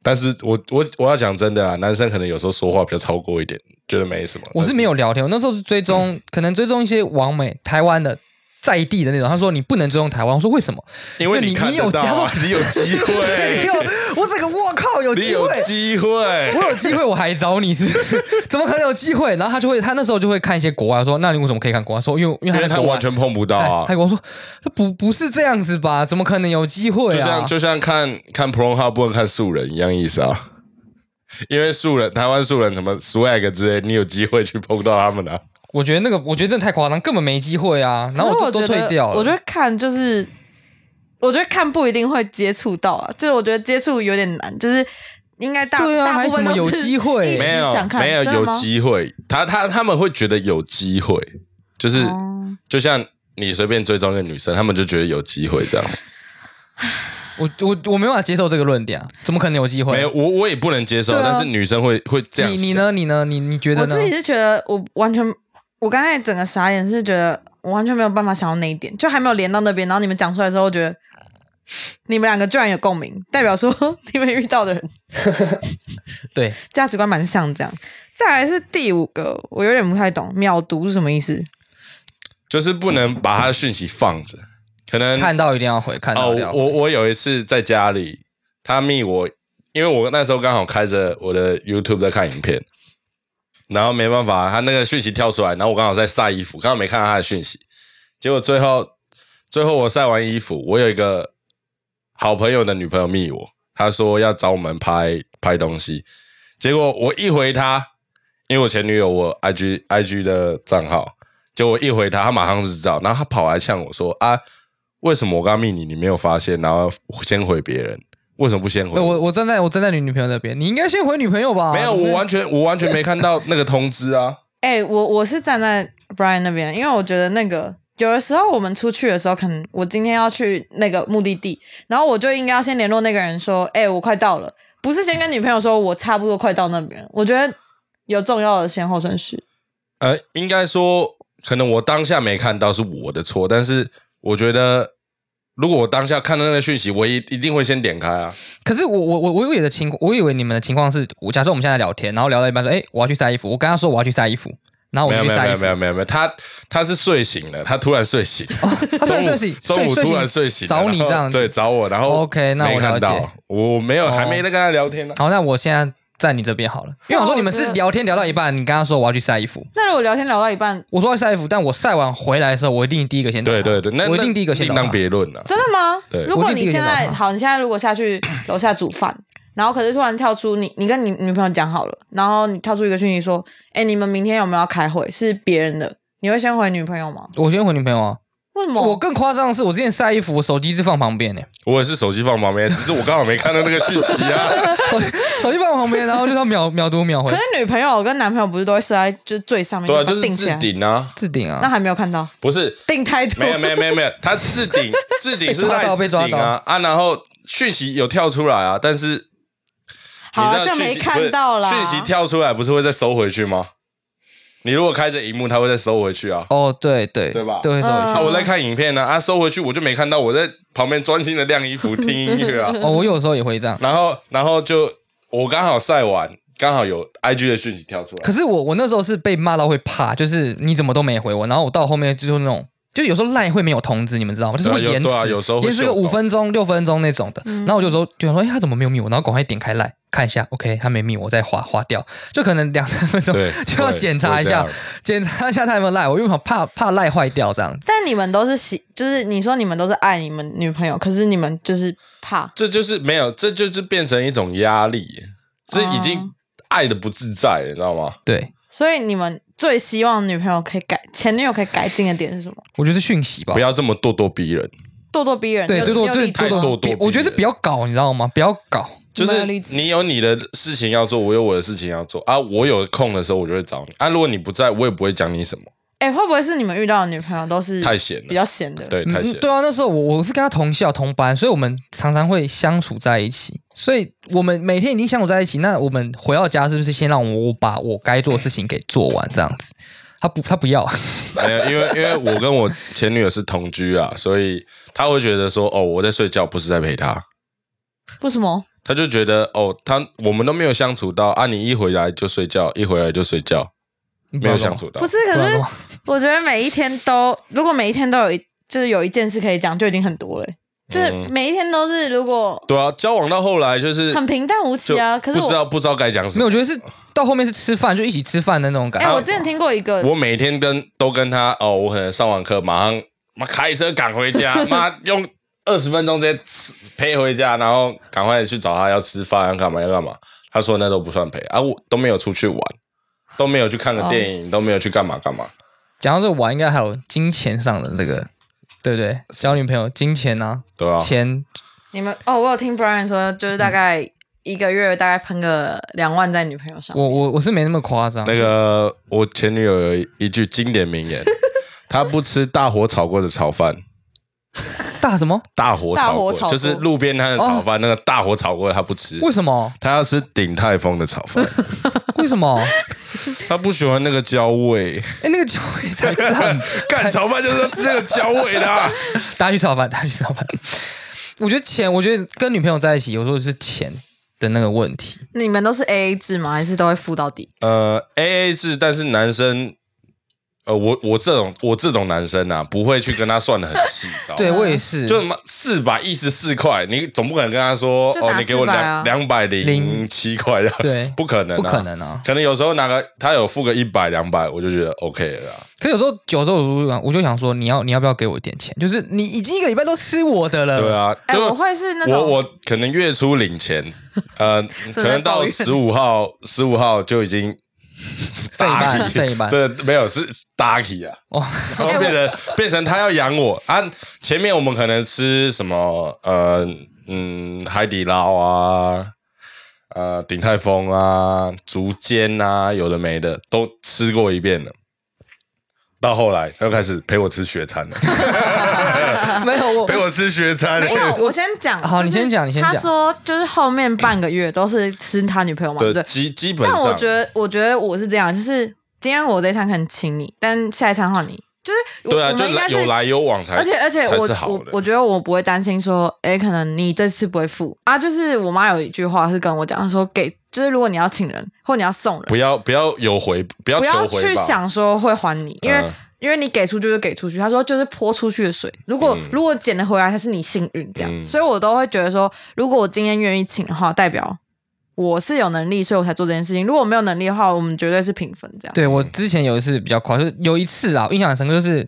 Speaker 3: 但是我我我要讲真的啊，男生可能有时候说话比较超过一点，觉得没什么。
Speaker 4: 我是没有聊天，我那时候是追踪， 可能追踪一些网美台湾的在地的那种。他说你不能追踪台湾，我说为什么？
Speaker 3: 因为
Speaker 4: 你
Speaker 3: 你看
Speaker 4: 你有
Speaker 3: 得到啊、你有机会，
Speaker 4: 没有，我整个我靠，有
Speaker 3: 你
Speaker 4: 机
Speaker 3: 有
Speaker 4: 会。
Speaker 3: 机会。
Speaker 4: 我有机会我还找你是不是？ 怎么可能有机会？然后他就会，他那时候就会看一些国外，说那你为什么可以看国外？说因为因
Speaker 3: 因
Speaker 4: 为
Speaker 3: 为
Speaker 4: 他在
Speaker 3: 他
Speaker 4: 国外
Speaker 3: 完全碰不到啊
Speaker 4: 哎他，跟我说：“这不不是这样子吧？怎么可能有机会
Speaker 3: 就像
Speaker 4: 啊？”
Speaker 3: 就像看看 Pro 号不能看素人一样意思啊。 因为素人，台湾素人什么 swag 之类，你有机会去碰到他们啊。
Speaker 4: 我觉得那个，我觉得真的太夸张，根本没机会啊。然后
Speaker 2: 可是
Speaker 4: 我
Speaker 2: 我
Speaker 4: 就
Speaker 2: 觉
Speaker 4: 都退
Speaker 2: 得
Speaker 4: 掉了。
Speaker 2: 我觉得看就是，我觉得看不一定会接触到啊，就是我觉得接触有点难，就是应该大
Speaker 4: 对啊
Speaker 2: 大部分
Speaker 4: 还
Speaker 2: 都
Speaker 4: 怎么有
Speaker 2: 是
Speaker 4: 机会
Speaker 2: 一时
Speaker 3: 没有
Speaker 2: 想看
Speaker 3: 没有
Speaker 2: 真的
Speaker 3: 有
Speaker 2: 吗
Speaker 3: 机会，他他他们会觉得有机会，就是、
Speaker 2: 哦
Speaker 3: 就像你随便追踪一个女生，他们就觉得有机会这样子。
Speaker 4: 我我我没办法接受这个论点啊，怎么可能有机会？
Speaker 3: 没有，我我也不能接受，
Speaker 4: 对啊
Speaker 3: 但是女生会会这样
Speaker 4: 你你
Speaker 3: 想？
Speaker 4: 呢？你呢？你你觉得
Speaker 2: 我
Speaker 4: 呢
Speaker 2: 自？己是觉得我完全，我刚才整个傻眼，是觉得我完全没有办法想到那一点，就还没有连到那边。然后你们讲出来的时候，我觉得你们两个居然有共鸣，代表说 你们遇到的人
Speaker 4: 对，
Speaker 2: 价值观蛮像这样。再来是第五个，我有点不太懂，秒读是什么意思？
Speaker 3: 就是不能把她的讯息放着，可能
Speaker 4: 看到一定要回，看到
Speaker 3: 哦
Speaker 4: 一定要，回
Speaker 3: 我我有一次在家里，他密我，因为我那时候刚好开着我的 YouTube 在看影片，然后没办法，他那个讯息跳出来，然后我刚好在晒衣服，刚好没看到他的讯息，结果最后最后我晒完衣服，我有一个好朋友的女朋友密我，她说要找我们拍拍东西，结果我一回她，因为我前女友我 IG IG 的账号，结果我一回她，她马上就知道，然后她跑来呛我说啊，为什么我刚密你，你没有发现，然后先回别人，为什么不先回
Speaker 4: 对我我啊站在我站在你女朋友那边，你应该先回女朋友吧？
Speaker 3: 没有，我完全我完全没看到那个通知 啊。
Speaker 2: 哎、我我是站在 Brian 那边，因为我觉得那个有的时候我们出去的时候，可能我今天要去那个目的地，然后我就应该要先联络那个人说，哎、我快到了，不是先跟女朋友说我差不多快到那边。我觉得有重要的先后顺序。
Speaker 3: 呃，应该说可能我当下没看到是我的错，但是我觉得如果我当下看到那个讯息，我一一定会先点开啊。
Speaker 4: 可是我我我我以为的情况，我以为你们的情况是，我假设我们现在聊天，然后聊到一半说，哎、我要去晒衣服，我跟他说我要去晒衣服，然后我
Speaker 3: 没
Speaker 4: 们
Speaker 3: 有
Speaker 4: 去
Speaker 3: 没有没
Speaker 4: 晒衣
Speaker 3: 有
Speaker 4: 服，
Speaker 3: 没有没有没有，他他是睡醒了，他突然睡醒，
Speaker 4: 他突然
Speaker 3: 中午
Speaker 4: 睡醒，
Speaker 3: 中午突然睡醒了，
Speaker 4: 找你
Speaker 3: 然后
Speaker 4: 这样子
Speaker 3: 对，找我，然后
Speaker 4: OK，那我
Speaker 3: 没看
Speaker 4: 了解
Speaker 3: 到，我没有
Speaker 4: 哦
Speaker 3: 还没在跟他聊天呢。
Speaker 4: 好，那我现在站你这边好了，因为
Speaker 2: 啊
Speaker 4: 我说你们是聊天聊到一半，你跟他说我要去晒衣服，
Speaker 2: 那如果聊天聊到一半，
Speaker 4: 我说要晒衣服，但我晒完回来的时候，我一定第一个先
Speaker 3: 对对对，那
Speaker 4: 我一
Speaker 3: 那
Speaker 4: 定第一个先啊
Speaker 3: 另
Speaker 4: 懂
Speaker 3: 当
Speaker 4: 他
Speaker 3: 别论啊了。
Speaker 2: 真的吗？
Speaker 3: 对
Speaker 2: 如果你现
Speaker 4: 我就第一个
Speaker 2: 在
Speaker 4: 想到
Speaker 2: 好，你现在如果下 去楼下煮饭，然后可是突然跳出你，你跟你女朋友讲好了，然后你跳出一个讯息说，哎、你们明天有没有要开会？是别人的，你会先回女朋友吗？
Speaker 4: 我先回女朋友啊。
Speaker 2: 为什么？
Speaker 4: 我更夸张的是，我之前晒衣服，我手机是放旁边呢、
Speaker 3: 我也是手机放旁 边，只是我刚好没看到那个讯息啊。
Speaker 4: 手机手机放旁边，然后就到秒秒读秒回
Speaker 2: 可是女朋友跟男朋友不是都会设在就最上面，
Speaker 3: 对
Speaker 2: 把
Speaker 3: 啊，就
Speaker 2: 它
Speaker 3: 是
Speaker 2: 定起
Speaker 3: 置
Speaker 2: 来，
Speaker 3: 顶啊，
Speaker 4: 置顶
Speaker 2: 那
Speaker 4: 啊。
Speaker 2: 还没有看到
Speaker 3: 不是
Speaker 2: 定太多，
Speaker 3: 没有没有没有没有，他置顶置顶是
Speaker 4: 被抓
Speaker 3: 赖
Speaker 4: 到
Speaker 3: 置
Speaker 4: 被
Speaker 3: 顶
Speaker 4: 抓到
Speaker 3: 啊啊，然后讯息有跳出来啊，但是你
Speaker 2: 好
Speaker 4: 啊
Speaker 3: 知道
Speaker 2: 就
Speaker 3: 讯息
Speaker 2: 没看到啦。
Speaker 3: 不是讯息跳出来不是会再收回去吗？你如果开着荧幕，它会再收回去啊。
Speaker 4: 哦，对对
Speaker 3: 对吧
Speaker 4: 对，手
Speaker 2: 嗯
Speaker 3: 啊，
Speaker 4: 机。
Speaker 3: 我在看影片呢，啊，收回去我就没看到，我在旁边专心的晾衣服、听音乐 啊，
Speaker 4: 哦，我有时候也会这样。
Speaker 3: 然后然后就我刚好晒完，刚好有 IG 的讯息跳出来，
Speaker 4: 可是我我那时候是被骂到会怕，就是你怎么都没回我，然后我到后面就是那种，就是有时候赖会没有通知，你们知道吗？就是会
Speaker 3: 对啊有
Speaker 4: 延迟，
Speaker 3: 对啊有时候会
Speaker 4: 延迟个
Speaker 3: 秀抖
Speaker 4: 五分钟、六分钟那种的。
Speaker 2: 嗯
Speaker 4: 然后我就说，就想说，哎、他怎么没有密我？然后赶快点开赖看一下，OK，他没密我，再划划掉，就可能两三分钟
Speaker 3: 对
Speaker 4: 就要
Speaker 3: 会
Speaker 4: 检查一下
Speaker 3: 会这样，
Speaker 4: 检查一下他有没有赖我，因为我怕怕赖坏掉这样子。
Speaker 2: 但你们都是喜，就是你说你们都是爱你们女朋友，可是你们就是怕，
Speaker 3: 这就是没有，这就是变成一种压力，这已
Speaker 4: 哦
Speaker 3: 经爱的不自在了，你知道吗？
Speaker 4: 对，
Speaker 2: 所以你们最希望女朋友可以改，前女友可以改进的点是什么？
Speaker 4: 我觉得是讯息吧
Speaker 3: 不。要这么咄咄逼人，
Speaker 2: 咄咄逼人，
Speaker 4: 对，
Speaker 2: 有
Speaker 4: 对对
Speaker 2: 有
Speaker 4: 对
Speaker 2: 例子
Speaker 4: 对
Speaker 2: 吗
Speaker 3: 太咄咄逼
Speaker 4: 对，比
Speaker 3: 人
Speaker 4: 我觉得是不要搞，你知道吗？不要搞。
Speaker 3: 就
Speaker 2: 没
Speaker 3: 是
Speaker 2: 有例子
Speaker 3: 你有你的事情要做，我有我的事情要做啊。我有空的时候我就会找你啊。如果你不在，我也不会讲你什么，
Speaker 2: 哎、会不会是你们遇到的女朋友都是
Speaker 3: 太闲了
Speaker 2: 比较闲的？，
Speaker 3: 对，
Speaker 4: 嗯
Speaker 3: 太闲
Speaker 4: 嗯。对啊，那时候我我是跟他同校同班，所以我们常常会相处在一起。所以我们每天已经相处在一起，那我们回到家是不是先让我把我该做的事情给做完？这样子，他不他不要，
Speaker 3: 没有，因为因为我跟我前女友是同居啊，所以她会觉得说，哦，我在睡觉，不是在陪她。
Speaker 2: 为什么？
Speaker 3: 她就觉得，哦，她我们都没有相处到啊，你一回来就睡觉，一回来就睡觉，没有相处到
Speaker 2: 不。是，
Speaker 4: 不
Speaker 2: 可
Speaker 4: 然
Speaker 2: 是
Speaker 3: 啊
Speaker 4: 的话。
Speaker 2: 我觉得每一天都，如果每一天都有一，就是有一件事可以讲，就已经很多了、就是
Speaker 3: 嗯
Speaker 2: 每一天都是，如果
Speaker 3: 对啊，交往到后来就是
Speaker 2: 很平淡无奇啊。
Speaker 3: 就
Speaker 2: 可是
Speaker 3: 不知
Speaker 2: 我，
Speaker 3: 道不知道该讲什
Speaker 4: 没
Speaker 3: 么
Speaker 4: 有，我。觉得是到后面是吃饭就一起吃饭的那种感
Speaker 2: 哎、
Speaker 4: 觉。
Speaker 2: 我之前听过一个，
Speaker 3: 我每天跟都跟他哦，我可能上完课马上妈开车赶回家，妈用二十分钟直接吃陪回家，然后赶快去找他要吃饭要干嘛要干嘛。他说那都不算陪啊，我都没有出去玩，都没有去看个电影，都没有去干嘛干嘛。
Speaker 4: 讲到这玩，应该还有金钱上的那个，对不对？交女朋友金钱啊，
Speaker 3: 对啊，
Speaker 4: 钱
Speaker 2: 你们哦，我有听 Brian 说，就是
Speaker 3: 嗯
Speaker 2: 大概一个月大概喷个两万在女朋友上。
Speaker 4: 我我我是没那么夸张。
Speaker 3: 那个我前女友有一句经典名言，她不吃大火炒过的炒饭。
Speaker 4: 大什么？
Speaker 3: 大火
Speaker 2: 大
Speaker 3: 炒
Speaker 2: 火
Speaker 3: 过
Speaker 2: 炒
Speaker 3: 就是
Speaker 2: 过
Speaker 3: 路边摊的炒饭，那个大火炒过的她不吃，
Speaker 4: 为什么？
Speaker 3: 她要吃鼎泰丰的炒饭。
Speaker 4: 为什么？
Speaker 3: 他不喜欢那个焦味，
Speaker 4: 哎，那个酒味 才赞。
Speaker 3: 干炒饭就是要吃那个焦味的、啊。
Speaker 4: 大家去吃好饭，大家去吃好饭。我觉得钱，我觉得跟女朋友在一起，有时候是钱的那个问题。
Speaker 2: 你们都是 A A 制吗？还是都会付到底？
Speaker 3: 呃，A A 制，但是男生，呃，我我这种我这种男生啊，不会去跟他算的很细，知道吗
Speaker 4: 对我也是，
Speaker 3: 哦就什么四百一十四块，你总不可能跟他说、
Speaker 2: 就
Speaker 3: 哦
Speaker 2: 打，
Speaker 3: 你给我
Speaker 2: 400啊
Speaker 3: 两两百零七块呀，
Speaker 4: 对
Speaker 3: 不可能、啊，
Speaker 4: 不可能啊。
Speaker 3: 可能有时候拿个他有付个一百两百，我就觉得 OK 了啊啦。
Speaker 4: 可有时候，有时候我就想我就想说，你要你要不要给我一点钱？就是你已经一个礼拜都吃我的了，
Speaker 3: 对，啊，
Speaker 2: 哎、
Speaker 3: 就
Speaker 2: 我会是那种
Speaker 3: 我我可能月初领钱，呃，可能到十五号十五号就已经
Speaker 4: 剩一半，剩一半。
Speaker 3: 这没有是 Ducky 啊，
Speaker 4: 哦，
Speaker 3: 然后变成变成他要养我啊。前面我们可能吃什么呃嗯海底捞啊，呃鼎泰丰啊，竹间啊，有的没的都吃过一遍了。到后来，他又开始陪我吃雪 餐了，
Speaker 4: 没有我
Speaker 3: 陪，我吃雪餐。
Speaker 2: 没有，哎我先讲。
Speaker 4: 好
Speaker 2: 就是
Speaker 4: 你先讲你先讲
Speaker 2: 他说就是后面半个月都是吃他女朋友嘛，对不
Speaker 3: 对，
Speaker 2: 对？
Speaker 3: 基基本
Speaker 2: 但
Speaker 3: 上，
Speaker 2: 我觉得，我觉得我是这样，就是今天我这一餐可能请你，但下一餐换你，就是我
Speaker 3: 对啊，
Speaker 2: 我
Speaker 3: 就
Speaker 2: 们应
Speaker 3: 来
Speaker 2: 该是
Speaker 3: 有来有往才，
Speaker 2: 而且而且
Speaker 3: 才
Speaker 2: 我
Speaker 3: 是好
Speaker 2: 我
Speaker 3: 的。
Speaker 2: 我觉得我不会担心说，哎、可能你这次不会付啊。就是我妈有一句话是跟我讲，她说给就是如果你要请人或你要送人，
Speaker 3: 不要不要有回，不要
Speaker 2: 不要
Speaker 3: 求回
Speaker 2: 去
Speaker 3: 报。
Speaker 2: 想说会还你，因为、
Speaker 3: 嗯
Speaker 2: 因为你给出去就是给出去。她说就是泼出去的水，如果、如果捡得回来才是你幸运这样。
Speaker 3: 嗯
Speaker 2: 所以我都会觉得说，如果我今天愿意请的话，代表我是有能力，所以我才做这件事情。如果我没有能力的话，我们绝对是平分这样。
Speaker 4: 对我之前有一次比较夸张，就是有一次啊，我印象很深刻，就是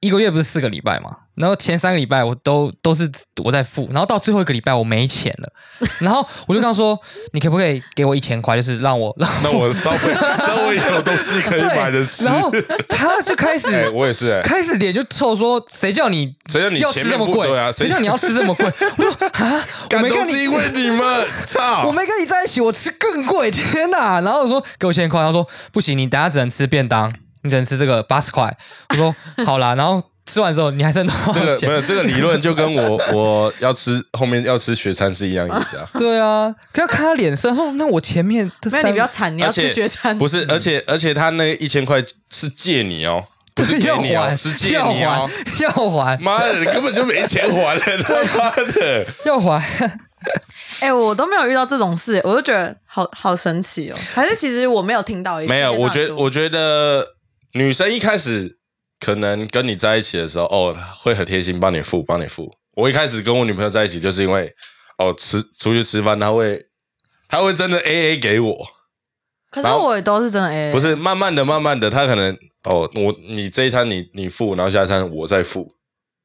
Speaker 4: 一个月不是四个礼拜嘛，然后前三个礼拜我都都是我在付，然后到最后一个礼拜我没钱了，然后我就跟他说，你可不可以给我一千块，就是让我让
Speaker 3: 那我 稍微稍微有东西可以买的吃。
Speaker 4: 然后他就开始、
Speaker 3: 哎，我也是哎，
Speaker 4: 开始脸就臭说，谁叫你
Speaker 3: 谁叫你
Speaker 4: 要
Speaker 3: 前
Speaker 4: 吃这
Speaker 3: 面
Speaker 4: 么
Speaker 3: 不
Speaker 4: 贵
Speaker 3: 对啊谁
Speaker 4: 谁叫你要吃这么贵？ 我说啊，我
Speaker 3: 干
Speaker 4: 没
Speaker 3: 都
Speaker 4: 跟
Speaker 3: 是
Speaker 4: 你
Speaker 3: 因为你啊们， 操
Speaker 4: 我！没跟你在一起，我吃更贵， 天哪！然后我说给我千块，他说不行，你等下只能吃便当，你只能吃这个八十块。我说好啦，然 后吃完之后你还剩多
Speaker 3: 这
Speaker 4: 少
Speaker 3: 个没
Speaker 4: 钱？
Speaker 3: 有这个理论，就跟我我要吃后面要吃雪餐是一样意思 啊。
Speaker 4: 对啊，可要看他脸色，他说那我前面这
Speaker 2: 没有
Speaker 4: 三
Speaker 2: 你不要惨，你要
Speaker 3: 而
Speaker 2: 吃
Speaker 3: 且
Speaker 2: 学餐，
Speaker 3: 不是，而且而且他那一千块是借你哦，不是给
Speaker 4: 要
Speaker 2: 啊
Speaker 3: 你哦，
Speaker 4: 还
Speaker 3: 是，借
Speaker 4: 要
Speaker 3: 你哦
Speaker 4: 还。，要还，
Speaker 3: 妈的，根本就没钱还了，他妈的！
Speaker 4: 要还。
Speaker 2: 哎、我都没有遇到这种事，我就觉得好好神奇哦。还是其实我没有听到一次，
Speaker 3: 没有，
Speaker 2: 非常
Speaker 3: 我觉得
Speaker 2: 多
Speaker 3: 我觉得女生一开始可能跟你在一起的时候，哦，会很贴心，帮你付，帮你付。我一开始跟我女朋友在一起，就是因为哦，吃出去吃饭，她会她会真的 A A 给我，
Speaker 2: 可是
Speaker 3: 然后
Speaker 2: 我也都是真的哎 A，
Speaker 3: 不是慢慢的、慢慢的，她可能哦，我你这一餐你你付，然后下一餐我再付。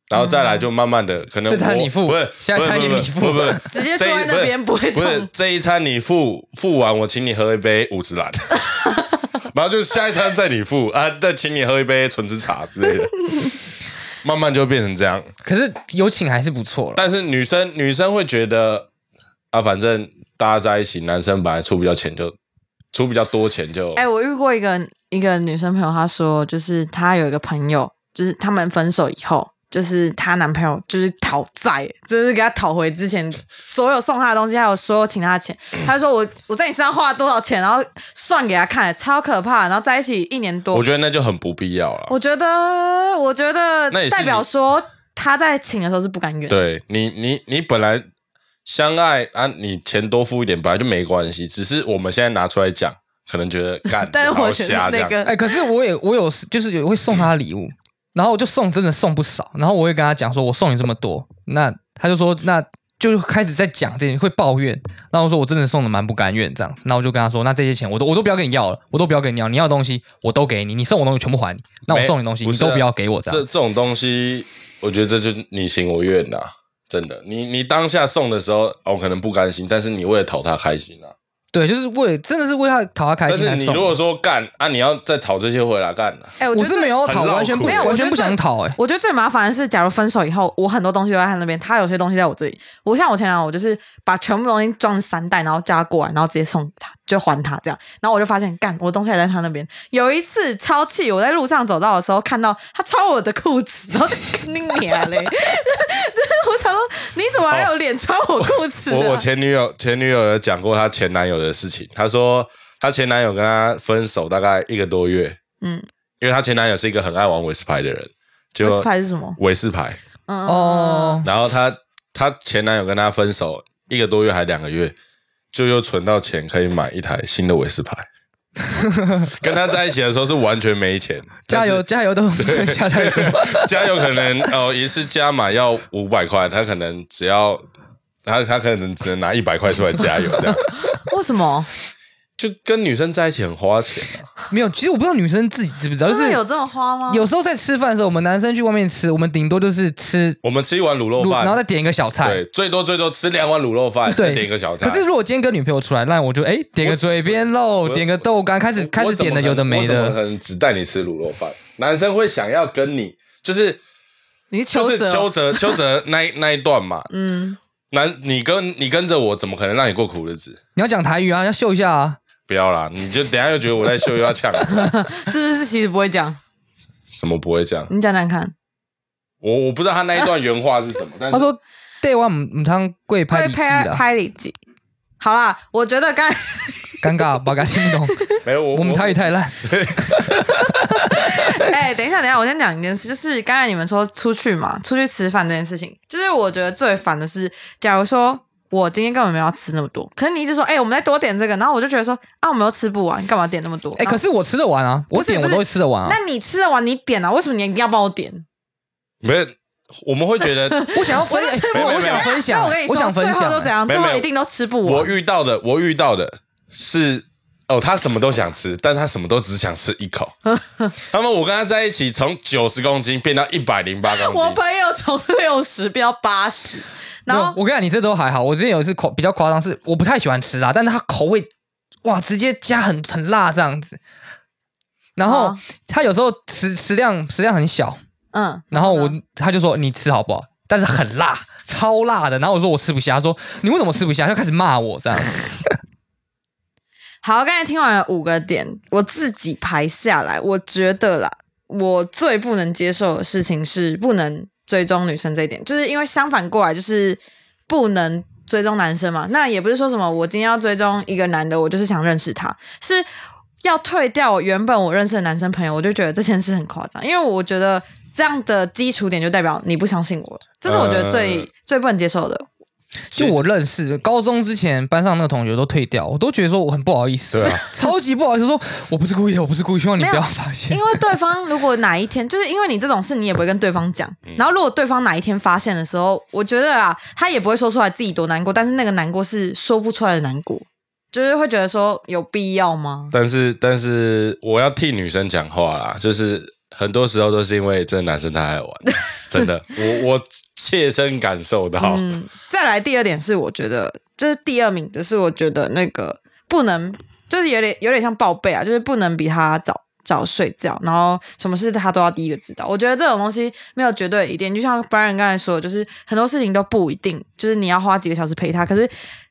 Speaker 3: 然后再来就慢慢的，可能
Speaker 4: 嗯这餐
Speaker 3: 我
Speaker 4: 你付
Speaker 3: 不是
Speaker 4: 下一餐也你付
Speaker 3: 不是不是不是
Speaker 2: 直接坐在
Speaker 3: 这一
Speaker 2: 那边不会
Speaker 3: 不是
Speaker 2: 动。
Speaker 3: 这一餐你付付完，我请你喝一杯五 十兰，然后就下一餐再你付啊，再请你喝一杯纯子茶之 类的，慢慢就变成这样。
Speaker 4: 可是有请还是不错了。
Speaker 3: 但是女生女生会觉得啊，反正大家在一起，男生本来出比较钱就出比较多钱就，
Speaker 2: 哎、我遇过一个一个女生朋友，她说就是她有一个朋友，就是他们分手以后，就是她男朋友就是讨债，就是给她讨回之前所有送她的东西，还有所有请她的钱。她说我我在你身上花了多少钱，然后算给她看，超可怕。然后在一起一年多
Speaker 3: 我，觉得那就很不必要了。
Speaker 2: 我觉得我觉得
Speaker 3: 那也是
Speaker 2: 代
Speaker 3: 你
Speaker 2: 表说她在请的时候是不甘愿的。
Speaker 3: 对你你你本来相爱啊，你钱多付一点本来就没关系，只是我们现在拿出来讲，可能觉得 干，
Speaker 2: 但是
Speaker 3: 好
Speaker 2: 我觉
Speaker 3: 瞎
Speaker 2: 得那
Speaker 3: 这样
Speaker 2: 个
Speaker 4: 哎、可是我也我有就是有会送他礼物，然后我就送真的送不少，然后我会跟他讲说，我送你这么多，那他就说那就开始在讲这些会抱怨，然后我说我真的送的蛮不甘愿这样子，那我就跟他说，那这些钱我都我都不要跟你要了，我都不要跟你要，你要的东西我都给你，你送我东西全部还你，那我
Speaker 3: 没
Speaker 4: 送你东西
Speaker 3: 不
Speaker 4: 你
Speaker 3: 是
Speaker 4: 都
Speaker 3: 啊
Speaker 4: 不要给我这
Speaker 3: 这
Speaker 4: 样
Speaker 3: 这种东西，我觉得这就你情我愿呐、真的。你你当下送的时候，哦，可能不甘心，但是你为了讨他开心啊。
Speaker 4: 对，就是为真的是为他讨他开
Speaker 3: 但
Speaker 4: 心
Speaker 3: 是
Speaker 4: 才
Speaker 3: 你
Speaker 4: 送
Speaker 3: 如。果说干啊，你要再讨这些回来干啊
Speaker 2: 哎、我觉
Speaker 4: 我
Speaker 2: 得
Speaker 4: 是没有讨，
Speaker 3: 很
Speaker 4: 完全不
Speaker 3: 没有
Speaker 2: 我
Speaker 4: 完
Speaker 2: 觉
Speaker 4: 全
Speaker 2: 得
Speaker 4: 不想
Speaker 2: 这
Speaker 4: 讨哎、
Speaker 2: 我觉得最麻烦的是，假如分手以后，我很多东西都在他那边，他有些东西在我这里。我像我前男友，我就是把全部东西装成三袋，然后叫他过来，然后直接送给他，就还他这样。然后我就发现，干，我东西还在他那边。有一次超气，我在路上走到的时候，看到他穿我的裤子，然后 就跟你娘嘞， 就是我想说，你怎么还有脸穿我裤子、啊
Speaker 3: 哦我我前女友前女友有讲过她前男友的事情，她说她前男友跟她分手大概一个多月，
Speaker 2: 嗯，
Speaker 3: 因为她前男友是一个很爱玩韦斯牌的人，就
Speaker 2: 我是拍是什么？
Speaker 3: 韦斯牌，
Speaker 2: 嗯，
Speaker 4: 哦，
Speaker 3: 然后她她前男友跟她分手一个多月还两个月，就又存到钱可以买一台新的韦斯 牌。跟她在一起的时候是完全没 钱，
Speaker 4: 加油加油都 加加油，
Speaker 3: 加油可能哦一次加码要五百块，她可能只要她她可能只能拿一百块出来加油 这样，
Speaker 2: 为什么？
Speaker 3: 就跟女生在一起很花钱啊。
Speaker 4: 没有，其实我不知道女生自己知不知道，就
Speaker 2: 真的
Speaker 4: 是
Speaker 2: 有这么花吗？
Speaker 4: 有时候在吃饭的时候，我们男生去外面吃，我们顶多就是吃
Speaker 3: 我们吃一碗卤肉
Speaker 4: 卤，
Speaker 3: 饭，
Speaker 4: 然后再点一个小菜
Speaker 3: 对。最多最多吃两碗卤肉饭，
Speaker 4: 对，
Speaker 3: 再点一个小菜。
Speaker 4: 可是如果今天跟女朋友出来，那我就哎点个嘴边肉，点个豆干，开始开始点的有的没
Speaker 3: 我怎么
Speaker 4: 的。
Speaker 3: 可能只带你吃卤肉饭？男生会想要跟你就是
Speaker 2: 你是
Speaker 3: 就
Speaker 2: 邱
Speaker 3: 是
Speaker 2: 泽
Speaker 3: 邱
Speaker 2: 哦？
Speaker 3: 泽邱泽那一那一段嘛，
Speaker 2: 嗯，
Speaker 3: 男你跟你跟着我，怎么可能让你过苦日子？
Speaker 4: 你要讲台语啊，要秀一下啊。
Speaker 3: 不要啦，你就等一下又觉得我在秀又要呛你，
Speaker 2: 是不是其实不会讲？
Speaker 3: 什么不会这样？
Speaker 2: 你讲讲看，
Speaker 3: 我我不知道他那一段原话是什么，但是
Speaker 4: 他说：“对我唔唔通贵
Speaker 2: 对，
Speaker 4: 拍笔记啊
Speaker 2: 拍
Speaker 4: 啦。
Speaker 2: 拍里脊。好啦，我觉得刚才
Speaker 4: 尴尬，八嘎听 不懂，
Speaker 3: 没有我
Speaker 4: 我们台语太烂。
Speaker 2: 哎、等一下，等一下，我先讲一件事，就是刚才你们说出去嘛，出去吃饭这件事情，就是我觉得最烦的是，假如说我今天根本没有要吃那么多，可是你一直说，哎、我们再多点这个，然后我就觉得说，啊，我们又吃不完，干嘛点那么多？
Speaker 4: 哎，
Speaker 2: 然后
Speaker 4: 可是我吃得完啊，
Speaker 2: 不
Speaker 4: 我
Speaker 2: 是
Speaker 4: 点我都会吃得完啊。
Speaker 2: 那你吃得完你点啊？为什么你一定要帮我点？
Speaker 3: 没有，我们会觉得
Speaker 4: 我想要分，哎
Speaker 3: 没有
Speaker 4: 我我
Speaker 3: 没有
Speaker 4: 想分享，
Speaker 2: 那我跟你说，
Speaker 4: 想分
Speaker 2: 最后都
Speaker 4: 享啊
Speaker 2: 怎。样？
Speaker 3: 没
Speaker 2: 最
Speaker 3: 有
Speaker 2: 后
Speaker 3: 没有
Speaker 2: 一定都吃不
Speaker 3: 我
Speaker 2: 完。
Speaker 3: 遇到的，我遇到的是哦，他什么都想吃，但他什么都只想吃一 口。他们我跟他在一起，从九十公斤变到一百零八公
Speaker 2: 我
Speaker 3: 斤，
Speaker 2: 朋友从六十飙八十，然
Speaker 4: 没有
Speaker 2: 后
Speaker 4: 我跟你讲，你这都还好。我之前有一次夸比较夸张，是我不太喜欢吃辣，但是它口味哇，直接加很很辣这样子。然后
Speaker 2: 哦
Speaker 4: 他有时候食食量食量很小，
Speaker 2: 嗯，
Speaker 4: 然后我
Speaker 2: 呢
Speaker 4: 他就说你吃好不好？但是很辣，超辣的。然后我说我吃不下，他说你为什么吃不下？就开始骂我这样。
Speaker 2: 好，刚才听完了五个点，我自己排下来，我觉得啦，我最不能接受的事情是不能追踪女生这一点，就是因为相反过来就是不能追踪男生嘛。那也不是说什么我今天要追踪一个男的，我就是想认识他，是要退掉我原本我认识的男生朋友，我就觉得这件事很夸张，因为我觉得这样的基础点就代表你不相信我了，这是我觉得最、
Speaker 3: 呃
Speaker 2: 最不能接受的。
Speaker 4: 就我认识高中之前班上那个同学都退掉，我都觉得说我很不好意思，
Speaker 3: 对啊
Speaker 4: 超级不好意思，说我不是故意的，我不是故意，希望你
Speaker 2: 没有
Speaker 4: 不要发现
Speaker 2: 因。为对方如果哪一天， 就是因为你这种事，你也不会跟对方讲。然后如果对方哪一天发现的时候，我觉得啊，他也不会说出来自己多难过，但是那个难过是说不出来的难过，就是会觉得说有必要吗？
Speaker 3: 但是但是我要替女生讲话啦，就是很多时候都是因为这男生太 爱玩，真的，我我切身感受到。
Speaker 2: 嗯，再来第二点是，我觉得就是第二名的是，我觉得那个不能，就是有点有点像报备啊，就是不能比他早早睡觉，然后什么事他都要第一个知道。我觉得这种东西没有绝对一定，就像 Brian 刚才说的，就是很多事情都不一定，就是你要花几个小时陪他，可是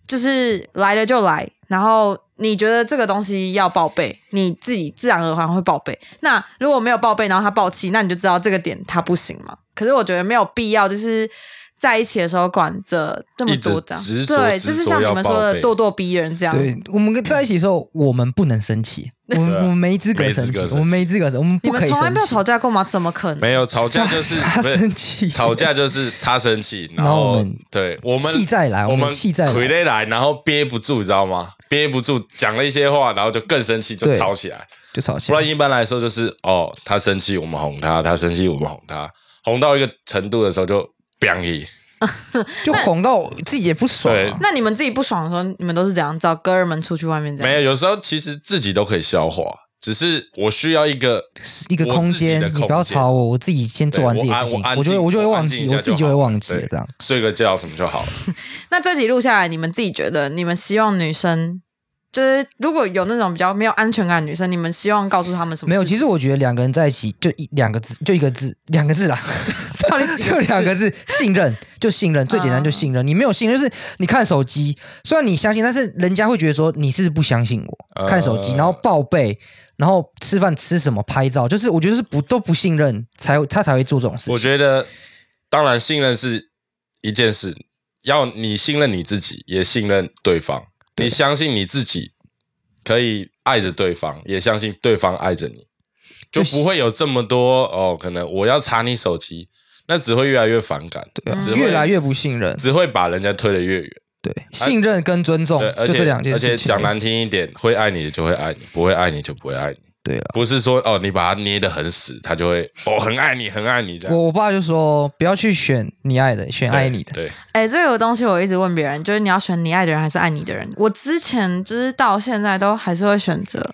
Speaker 2: 就是来了就来，然后。你觉得这个东西要报备，你自己自然而然会报备。那如果没有报备，然后他爆气，那你就知道这个点他不行嘛。可是我觉得没有必要，就是在一起的时候管着这么多这样
Speaker 3: 一直执，着
Speaker 2: 对，
Speaker 3: 执
Speaker 2: 就是
Speaker 3: 着
Speaker 2: 像你
Speaker 3: 要
Speaker 2: 们说
Speaker 3: 报
Speaker 2: 的
Speaker 3: 备
Speaker 2: 咄咄逼人这样。嗯
Speaker 4: 对我们跟在一起的时候，我们不能生气，我们
Speaker 3: 对啊
Speaker 4: 我们没资格
Speaker 3: 没资
Speaker 4: 生气
Speaker 3: 格生，气
Speaker 4: 我们没资格生，我们
Speaker 2: 你
Speaker 4: 不
Speaker 2: 们
Speaker 4: 可以
Speaker 2: 从来
Speaker 4: 生
Speaker 2: 没有吵
Speaker 4: 气。
Speaker 2: 架过吗？怎么可能？
Speaker 3: 没有吵架就是
Speaker 4: 他
Speaker 3: 不是
Speaker 4: 生气
Speaker 3: 吵架就是他生气，然
Speaker 4: 然后
Speaker 3: 后
Speaker 4: 我们
Speaker 3: 对我们
Speaker 4: 气再来
Speaker 3: 我
Speaker 4: 我们气再来
Speaker 3: 回来来，然后憋不住，你知道吗？憋不住讲了一些话，然后就更生气，就
Speaker 4: 对
Speaker 3: 吵起来。
Speaker 4: 就吵起
Speaker 3: 不然
Speaker 4: 来，
Speaker 3: 一般来说就是哦，他生气我们哄他，他生气我们哄他，哄到一个程度的时候就 b a n g
Speaker 4: 就哄到自己也不爽啊、
Speaker 2: 那你们自己不爽的时候，你们都是怎样？找哥们出去外面这
Speaker 3: 没
Speaker 2: 样？
Speaker 3: 有，有时候其实自己都可以消化，只是我需要一个
Speaker 4: 一个空间，
Speaker 3: 我自己的空
Speaker 4: 你不要吵我，我自己先做完自己的事情，
Speaker 3: 对我安我安
Speaker 4: 就会
Speaker 3: 静
Speaker 4: 我就会
Speaker 3: 我安
Speaker 4: 忘
Speaker 3: 静一
Speaker 4: 记，
Speaker 3: 下
Speaker 4: 我自己
Speaker 3: 就
Speaker 4: 就会
Speaker 3: 好
Speaker 4: 忘记
Speaker 3: 对
Speaker 4: 这样。
Speaker 3: 睡个觉什么就好了。
Speaker 2: 那这集录下来，你们自己觉得，你们希望女生就是如果有那种比较没有安全感的女生，你们希望告诉她们什么事情？
Speaker 4: 没有，其实我觉得两个人在一起就一两个字，就一个字，两个字啦，
Speaker 2: 到 底几啊
Speaker 4: 就两个字，信任，就信任，最简单就信任。你没有信任，就是你看手机，虽然你相信，但是人家会觉得说你是不是不相信我，
Speaker 3: 呃
Speaker 4: 看手机，然后报备，然后吃饭吃什么，拍照，就是我觉得是不都不信任，才会他才会做这种事
Speaker 3: 我
Speaker 4: 情。
Speaker 3: 觉得，当然信任是一件事，要你信任你自己，也信任对方。你相信你自己可以爱着对方，也相信对方爱着你，就不会有这么多哦。可能我要查你手机，那只会越来越反感，
Speaker 2: 嗯
Speaker 4: 对啊
Speaker 3: 只会
Speaker 4: 越来越不信任，
Speaker 3: 只会把人家推得越远。
Speaker 4: 对，信任跟尊重
Speaker 3: 对，而
Speaker 4: 就
Speaker 3: 且
Speaker 4: 这两件
Speaker 3: 而且
Speaker 4: 事情。
Speaker 3: 讲难听一点，会爱你的就会爱你，不会爱你就不会爱你。
Speaker 4: 对了，
Speaker 3: 不是说哦，你把他捏得很死，他就会哦很爱你，很爱你这样。
Speaker 4: 我我爸就说不要去选你爱的，选
Speaker 3: 对
Speaker 4: 爱你的。
Speaker 3: 对，
Speaker 2: 哎、这个东西我一直问别人，就是你要选你爱的人还是爱你的人？我之前就是到现在都还是会选择，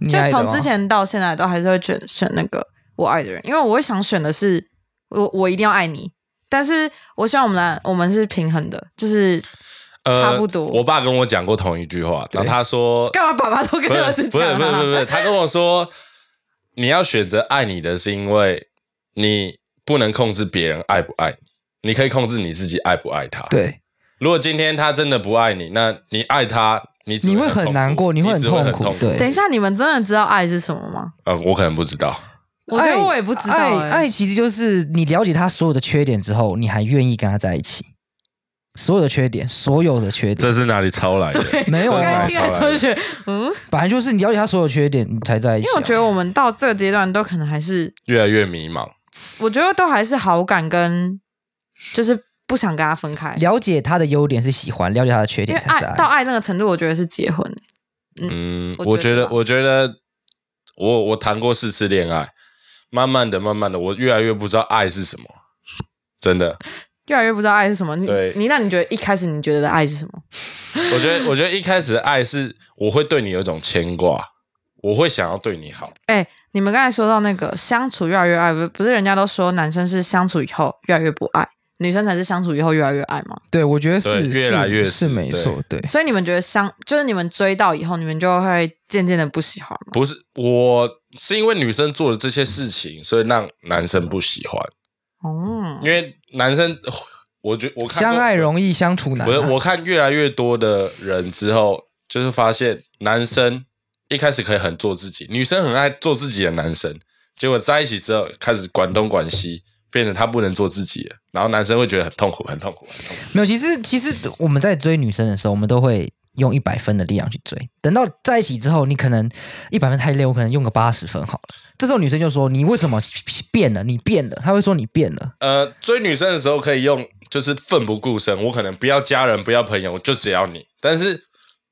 Speaker 4: 你
Speaker 2: 就
Speaker 4: 爱的哦
Speaker 2: 从
Speaker 4: 吗
Speaker 2: 之前到现在都还是会选选那个我爱的人，因为我会想选的是我我一定要爱你，但是我希望我们来我们是平衡的，就是
Speaker 3: 呃
Speaker 2: 差不多
Speaker 3: 我爸跟我讲过同一句话，然后他说，
Speaker 2: 干嘛爸爸都跟
Speaker 3: 不是
Speaker 2: 儿子
Speaker 3: 不是
Speaker 2: 讲
Speaker 3: 不是不是不
Speaker 2: 啊？
Speaker 3: 是，他跟我说，你要选择爱你的，是因为你不能控制别人爱不爱你，你可以控制你自己爱不爱他。，
Speaker 4: 对，
Speaker 3: 如果今天他真的不爱你，那你爱他，你只
Speaker 4: 你会很
Speaker 3: 痛
Speaker 4: 难
Speaker 3: 苦
Speaker 4: 过你会很
Speaker 3: 只会很
Speaker 4: 痛苦
Speaker 3: 痛苦。
Speaker 4: 对
Speaker 2: 等一下，你们真的知道爱是什么吗？
Speaker 3: 呃，我可能不知道，
Speaker 2: 我觉得我也不知道、
Speaker 4: 爱
Speaker 2: 哎
Speaker 4: 爱爱其实就是你了解他所有的缺点之后，你还愿意跟他在一起，
Speaker 1: 所有的缺点，所有的缺点，
Speaker 3: 这是哪里 抄来的？
Speaker 1: 没有
Speaker 3: 这
Speaker 2: 我
Speaker 3: 是
Speaker 2: 刚
Speaker 3: 哪
Speaker 2: 才
Speaker 1: 啊
Speaker 3: 里，
Speaker 2: 听的时候就觉得，
Speaker 1: 本来就是你了解他所有缺点，你才在一
Speaker 2: 因
Speaker 1: 起、
Speaker 2: 为我
Speaker 1: 啊。
Speaker 2: 觉得我们到这个阶段都可能还是，
Speaker 3: 越来越迷茫。
Speaker 2: 我觉得都还是好感跟就是不想跟他分开，
Speaker 1: 了解他的优点是喜欢，了解他的缺
Speaker 2: 因
Speaker 1: 点
Speaker 2: 为
Speaker 1: 才
Speaker 2: 爱
Speaker 1: 是爱。
Speaker 2: 到爱那个程度，我觉得是结婚。欸
Speaker 3: 嗯，
Speaker 2: 我
Speaker 3: 我
Speaker 2: 觉得
Speaker 3: 觉得
Speaker 2: 吧，
Speaker 3: 我觉得，我我谈过四次恋爱，慢慢的，慢慢的，我越来越不知道爱是什么，真的。
Speaker 2: 越来越不知道爱是什么。你
Speaker 3: 对
Speaker 2: 你那你觉得一开始你觉得的爱是什么？
Speaker 3: 我觉得，我觉得一开始的爱是我会对你有一种牵挂，我会想要对你好。
Speaker 2: 哎，你们刚才说到那个相处越来越爱，不不是人家都说男生是相处以后越来越不爱，女生才是相处以后越来越 爱吗？
Speaker 4: 对，我觉得
Speaker 3: 对
Speaker 4: 是
Speaker 3: 越来越
Speaker 4: 是
Speaker 3: 是
Speaker 4: 是没错，对，
Speaker 2: 所以你们觉得相就是你们追到以后，你们就会渐渐的不喜欢吗？
Speaker 3: 不是我，是因为女生做了这些事情，所以让男生不喜欢。
Speaker 4: 嗯
Speaker 2: 哦，
Speaker 3: 因为男生，我觉我看过
Speaker 4: 相爱容易相处难啊。
Speaker 3: 我我看越来越多的人之后，就是发现男生一开始可以很做自己，女生很爱做自己的男生，结果在一起之后开始管东管西，变成他不能做自己了，然后男生会觉得很痛苦，很痛苦，很痛苦。
Speaker 1: 没有，其实其实我们在追女生的时候，我们都会用一百分的力量去追。等到在一起之后，你可能一百分太累，我可能用个八十分好了。这时候女生就说：“你为什么变了？你变了。”她会说：“你变了。
Speaker 3: 呃，追女生的时候可以用就是奋不顾身，我可能不要家人，不要朋友，我就只要你。但是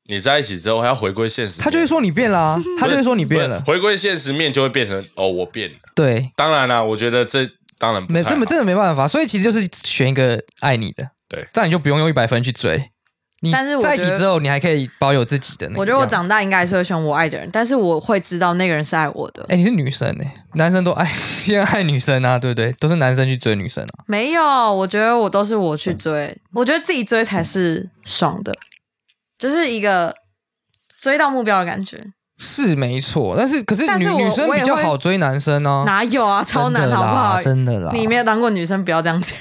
Speaker 3: 你在一起之后还要回归现”实面，
Speaker 4: 他就会说你变啦、他就会说你变了
Speaker 3: 不，是回归现实面就会变成哦，我变了。
Speaker 4: 对，
Speaker 3: 当然啦，我觉得这当然不
Speaker 4: 没
Speaker 3: 太
Speaker 4: 这么
Speaker 3: 好
Speaker 4: 真的没办法，所以其实就是选一个爱你的，
Speaker 3: 对
Speaker 4: 这样你就不用用一百分去追。你
Speaker 2: 但是我
Speaker 4: 在一起
Speaker 2: 觉得
Speaker 4: 之后，你还可以保有自己的那个
Speaker 2: 我觉得我
Speaker 4: 样子
Speaker 2: 长大应该还是会喜欢我爱的人，但是我会知道那个人是爱我的。
Speaker 4: 哎、你是女生哎、男生都爱 先爱女生啊，对不对？都是男生去追女生啊。
Speaker 2: 没有，我觉得我都是我去
Speaker 4: 嗯
Speaker 2: 追，我觉得自己追才是爽的，就是一个追到目标的感觉。
Speaker 4: 是没错，但是可是
Speaker 2: 但
Speaker 4: 女
Speaker 2: 是我
Speaker 4: 女生
Speaker 2: 我也
Speaker 4: 比较
Speaker 2: 会
Speaker 4: 好追男生呢、
Speaker 2: 哪有啊，”超难
Speaker 1: 真的
Speaker 2: 好不
Speaker 1: 啦，
Speaker 2: 好？
Speaker 1: 真的啦。
Speaker 2: 你没有当过女生，不要这样讲。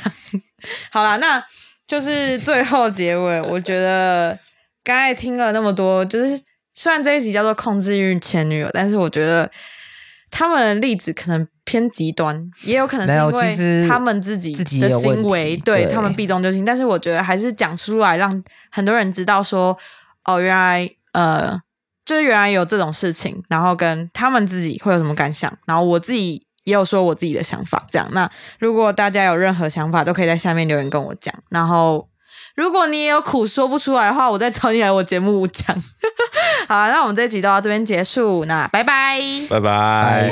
Speaker 2: 好啦，那就是最后结尾，我觉得刚才听了那么多，就是虽然这一集叫做控制欲前女友，但是我觉得他们的例子可能偏极端，也有可能
Speaker 1: 没有
Speaker 2: 是
Speaker 1: 其
Speaker 2: 因为
Speaker 1: 实
Speaker 2: 他们自己
Speaker 1: 自己
Speaker 2: 的
Speaker 1: 有问
Speaker 2: 行为
Speaker 1: 题
Speaker 2: 对
Speaker 1: 对
Speaker 2: 他们避重就轻。但是我觉得还是讲出来，让很多人知道说，哦，原来呃。就是原来有这种事情，然后跟他们自己会有什么感想，然后我自己也有说我自己的想法，这样。那如果大家有任何想法，都可以在下面留言跟我讲。然后，如果你也有苦说不出来的话，我再找你来我节 目讲。好啊，那我们这一集就到这边结束，那拜拜。
Speaker 3: 拜拜。